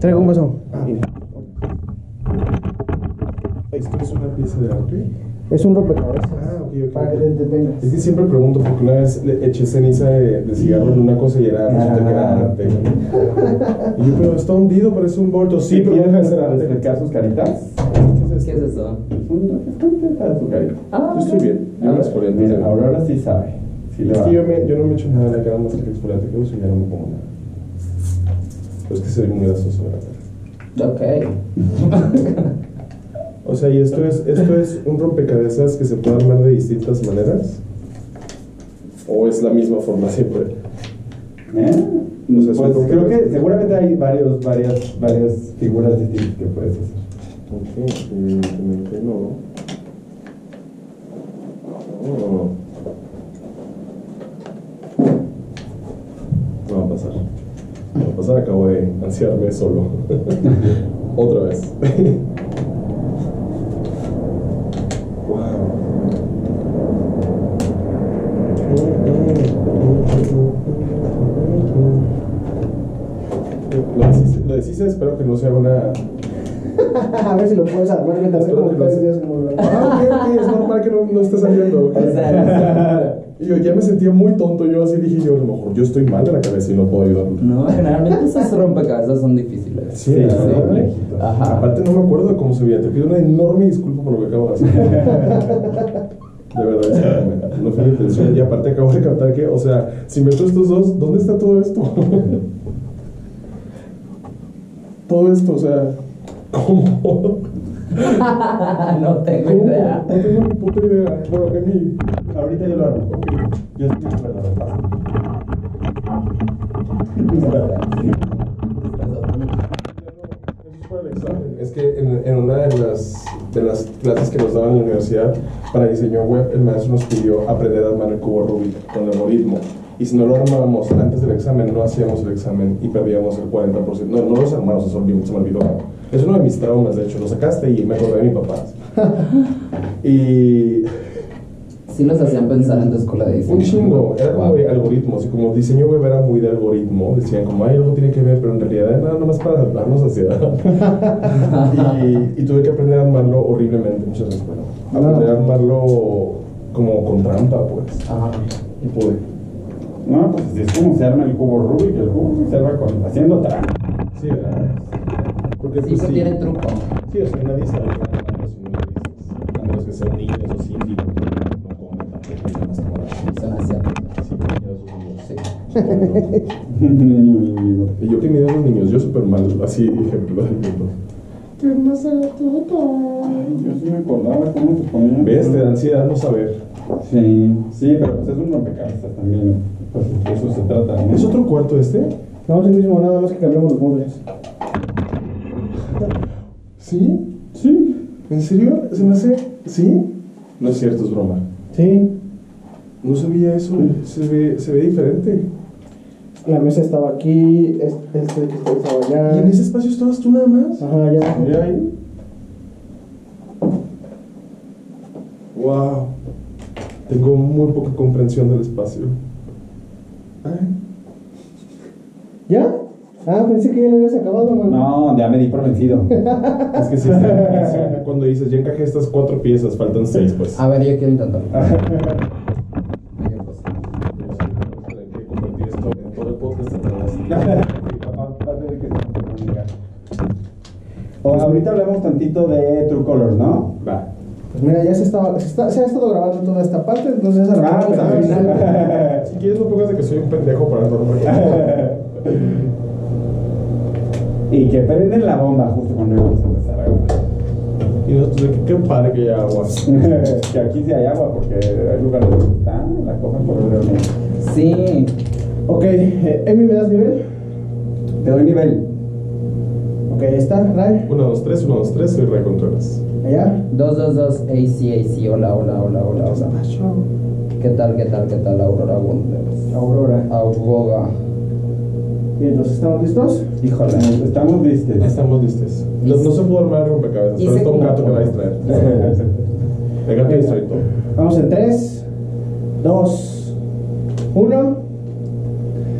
S4: Traigo un vaso. Ah,
S9: ¿Esto es una pieza de arte?
S4: Es un rompecabezas.
S9: Ah, ok, ok. Es que siempre pregunto porque una vez le eché ceniza de, de cigarro en una cosa y era, resulta que era arte. Y yo, pero está hundido, parece un bordo. Sí, pero deja de ser arte. ¿Explicar sus caritas? ¿Qué es eso? Ah, yo estoy bien. Yo me exfoliante. Mira, Aurora sí sabe. es que yo, me- yo no me echo nada de la cara más que el exfoliante que uso y ya no me pongo nada. Pero es que soy muy grasoso, la cara. O sea, y esto es, esto es un rompecabezas que se puede armar de distintas maneras. ¿O es la misma forma siempre?
S7: ¿Eh?
S2: No sé,
S7: Pues,
S2: supongo
S7: creo
S2: que-
S7: que seguramente hay varios, varias, varias figuras distintas que puedes hacer.
S2: Ok, evidentemente no.
S7: Mm.
S2: No.
S7: No va a pasar. No va a pasar, acabo de ansiarme solo. Otra vez. Lo deshice, lo deshice, espero que no sea una.
S4: A ver si lo puedes armar, que también como tres días como
S7: Ah, ok, ok, es normal que no, no esté saliendo. ok. Y yo ya me sentía muy tonto, yo así dije yo, a lo mejor yo estoy mal de la cabeza y no puedo ayudarlo.
S6: No, generalmente esas rompecabezas son difíciles.
S7: Sí, sí, Aparte no me acuerdo de cómo se veía. Te pido una enorme disculpa por lo que acabo de hacer. De verdad, discúlpame. no fue mi intención. Y aparte acabo de captar que, o sea, si meto estos dos, ¿dónde está todo esto? todo esto, o sea, ¿cómo?
S6: no tengo idea.
S7: No tengo ni puta idea. Bueno, que mi... Ahorita yo lo armo. Yo estoy de Es que en, en una de las, de las clases que nos daban en la universidad para diseño web, el maestro nos pidió aprender a armar el cubo Rubik con el algoritmo. Y si no lo armábamos antes del examen, no hacíamos el examen y perdíamos el 40%. No, no los armamos, se olvidó- se me olvidó. Es uno de mis traumas, de hecho, lo sacaste y me acordé de mi papá. Y.
S6: Sí los hacían pensar en tu escuela de diseño.
S7: Un chingo, era como de algoritmos, y como diseño web era muy de algoritmo, decían como, ay, algo tiene que ver, pero en realidad era nada más para darnos ansiedad. y, y tuve que aprender a armarlo horriblemente, muchas veces, bueno, aprender
S2: Ah.
S7: a armarlo como con trampa, pues. Y pude.
S2: No, pues así es como se arma el cubo Rubik, el cubo Rubik se arma con, haciendo trampa.
S7: Sí, ¿verdad? Porque
S2: Sí,
S7: pues,
S2: no tiene truco.
S7: Sí, o sea, nadie sabe nada de armarlo si no lo dices. A menos que sean niños o sí, digo, no comen tampoco, nada más como la- Sí, niños, niños. Y yo que miedo a los niños, yo súper mal, así ejemplo del mundo.
S2: ¿Qué más era Yo sí me acordaba cómo se ponía.
S7: ¿Ves? Te da ansiedad no saber.
S2: Sí, sí, pero pues es un rompecabezas también. Pues de eso se trata. ¿no?
S7: ¿Es otro cuarto este?
S4: No, es el mismo, nada más que cambiamos los muebles.
S7: ¿Sí? Sí. ¿En serio? ¿Se me hace? ¿Sí? No es cierto, es broma.
S4: Sí,
S7: No sabía eso, se ve, se ve diferente.
S4: la mesa estaba aquí, es- este que está- estaba allá.
S7: ¿Y en ese espacio estabas tú nada más?
S4: Ajá, ya.
S7: Mira ahí. Wow. Tengo muy poca comprensión del espacio.
S4: ¿Ya? Ah, pensé que ya lo habías acabado, mano.
S2: No, ya me di por vencido.
S7: Es que sí, está- cuando dices, ya encajé estas cuatro piezas, faltan seis, pues.
S6: A ver, yo quiero intentarlo.
S2: O- ahorita hablamos tantito de True Colors, ¿no? Va.
S4: Pues mira, ya se, estaba, se, está- se ha estado grabando toda esta parte, entonces ahora
S2: Ah,
S4: vamos al final.
S7: Si quieres, no pongas de que soy un pendejo para normal.
S2: Y que prenden la bomba justo cuando íbamos a empezar a grabar.
S7: Y nosotros, qué padre que haya agua.
S2: que aquí sí hay agua porque hay lugares donde está la coja por el horno.
S6: Sí.
S4: Ok, eh, Emi, ¿me das nivel?
S2: Te doy nivel.
S4: Ok, ahí está, Ray.
S7: 1, 2, 3, 1, 2, 3, soy Ray Contreras.
S4: Allá.
S6: 222 AC, AC. Hola, hola, hola, hola, hola. ¿Qué tal, qué tal, qué tal, Aurora Wonders?
S4: Aurora.
S6: Aurora.
S4: Bien, entonces, ¿estamos listos?
S6: Híjole.
S2: Estamos listos.
S7: Estamos listos. No, no se pudo armar el rompecabezas, pero
S6: Hice
S7: está un
S6: como-
S7: gato que la distrae.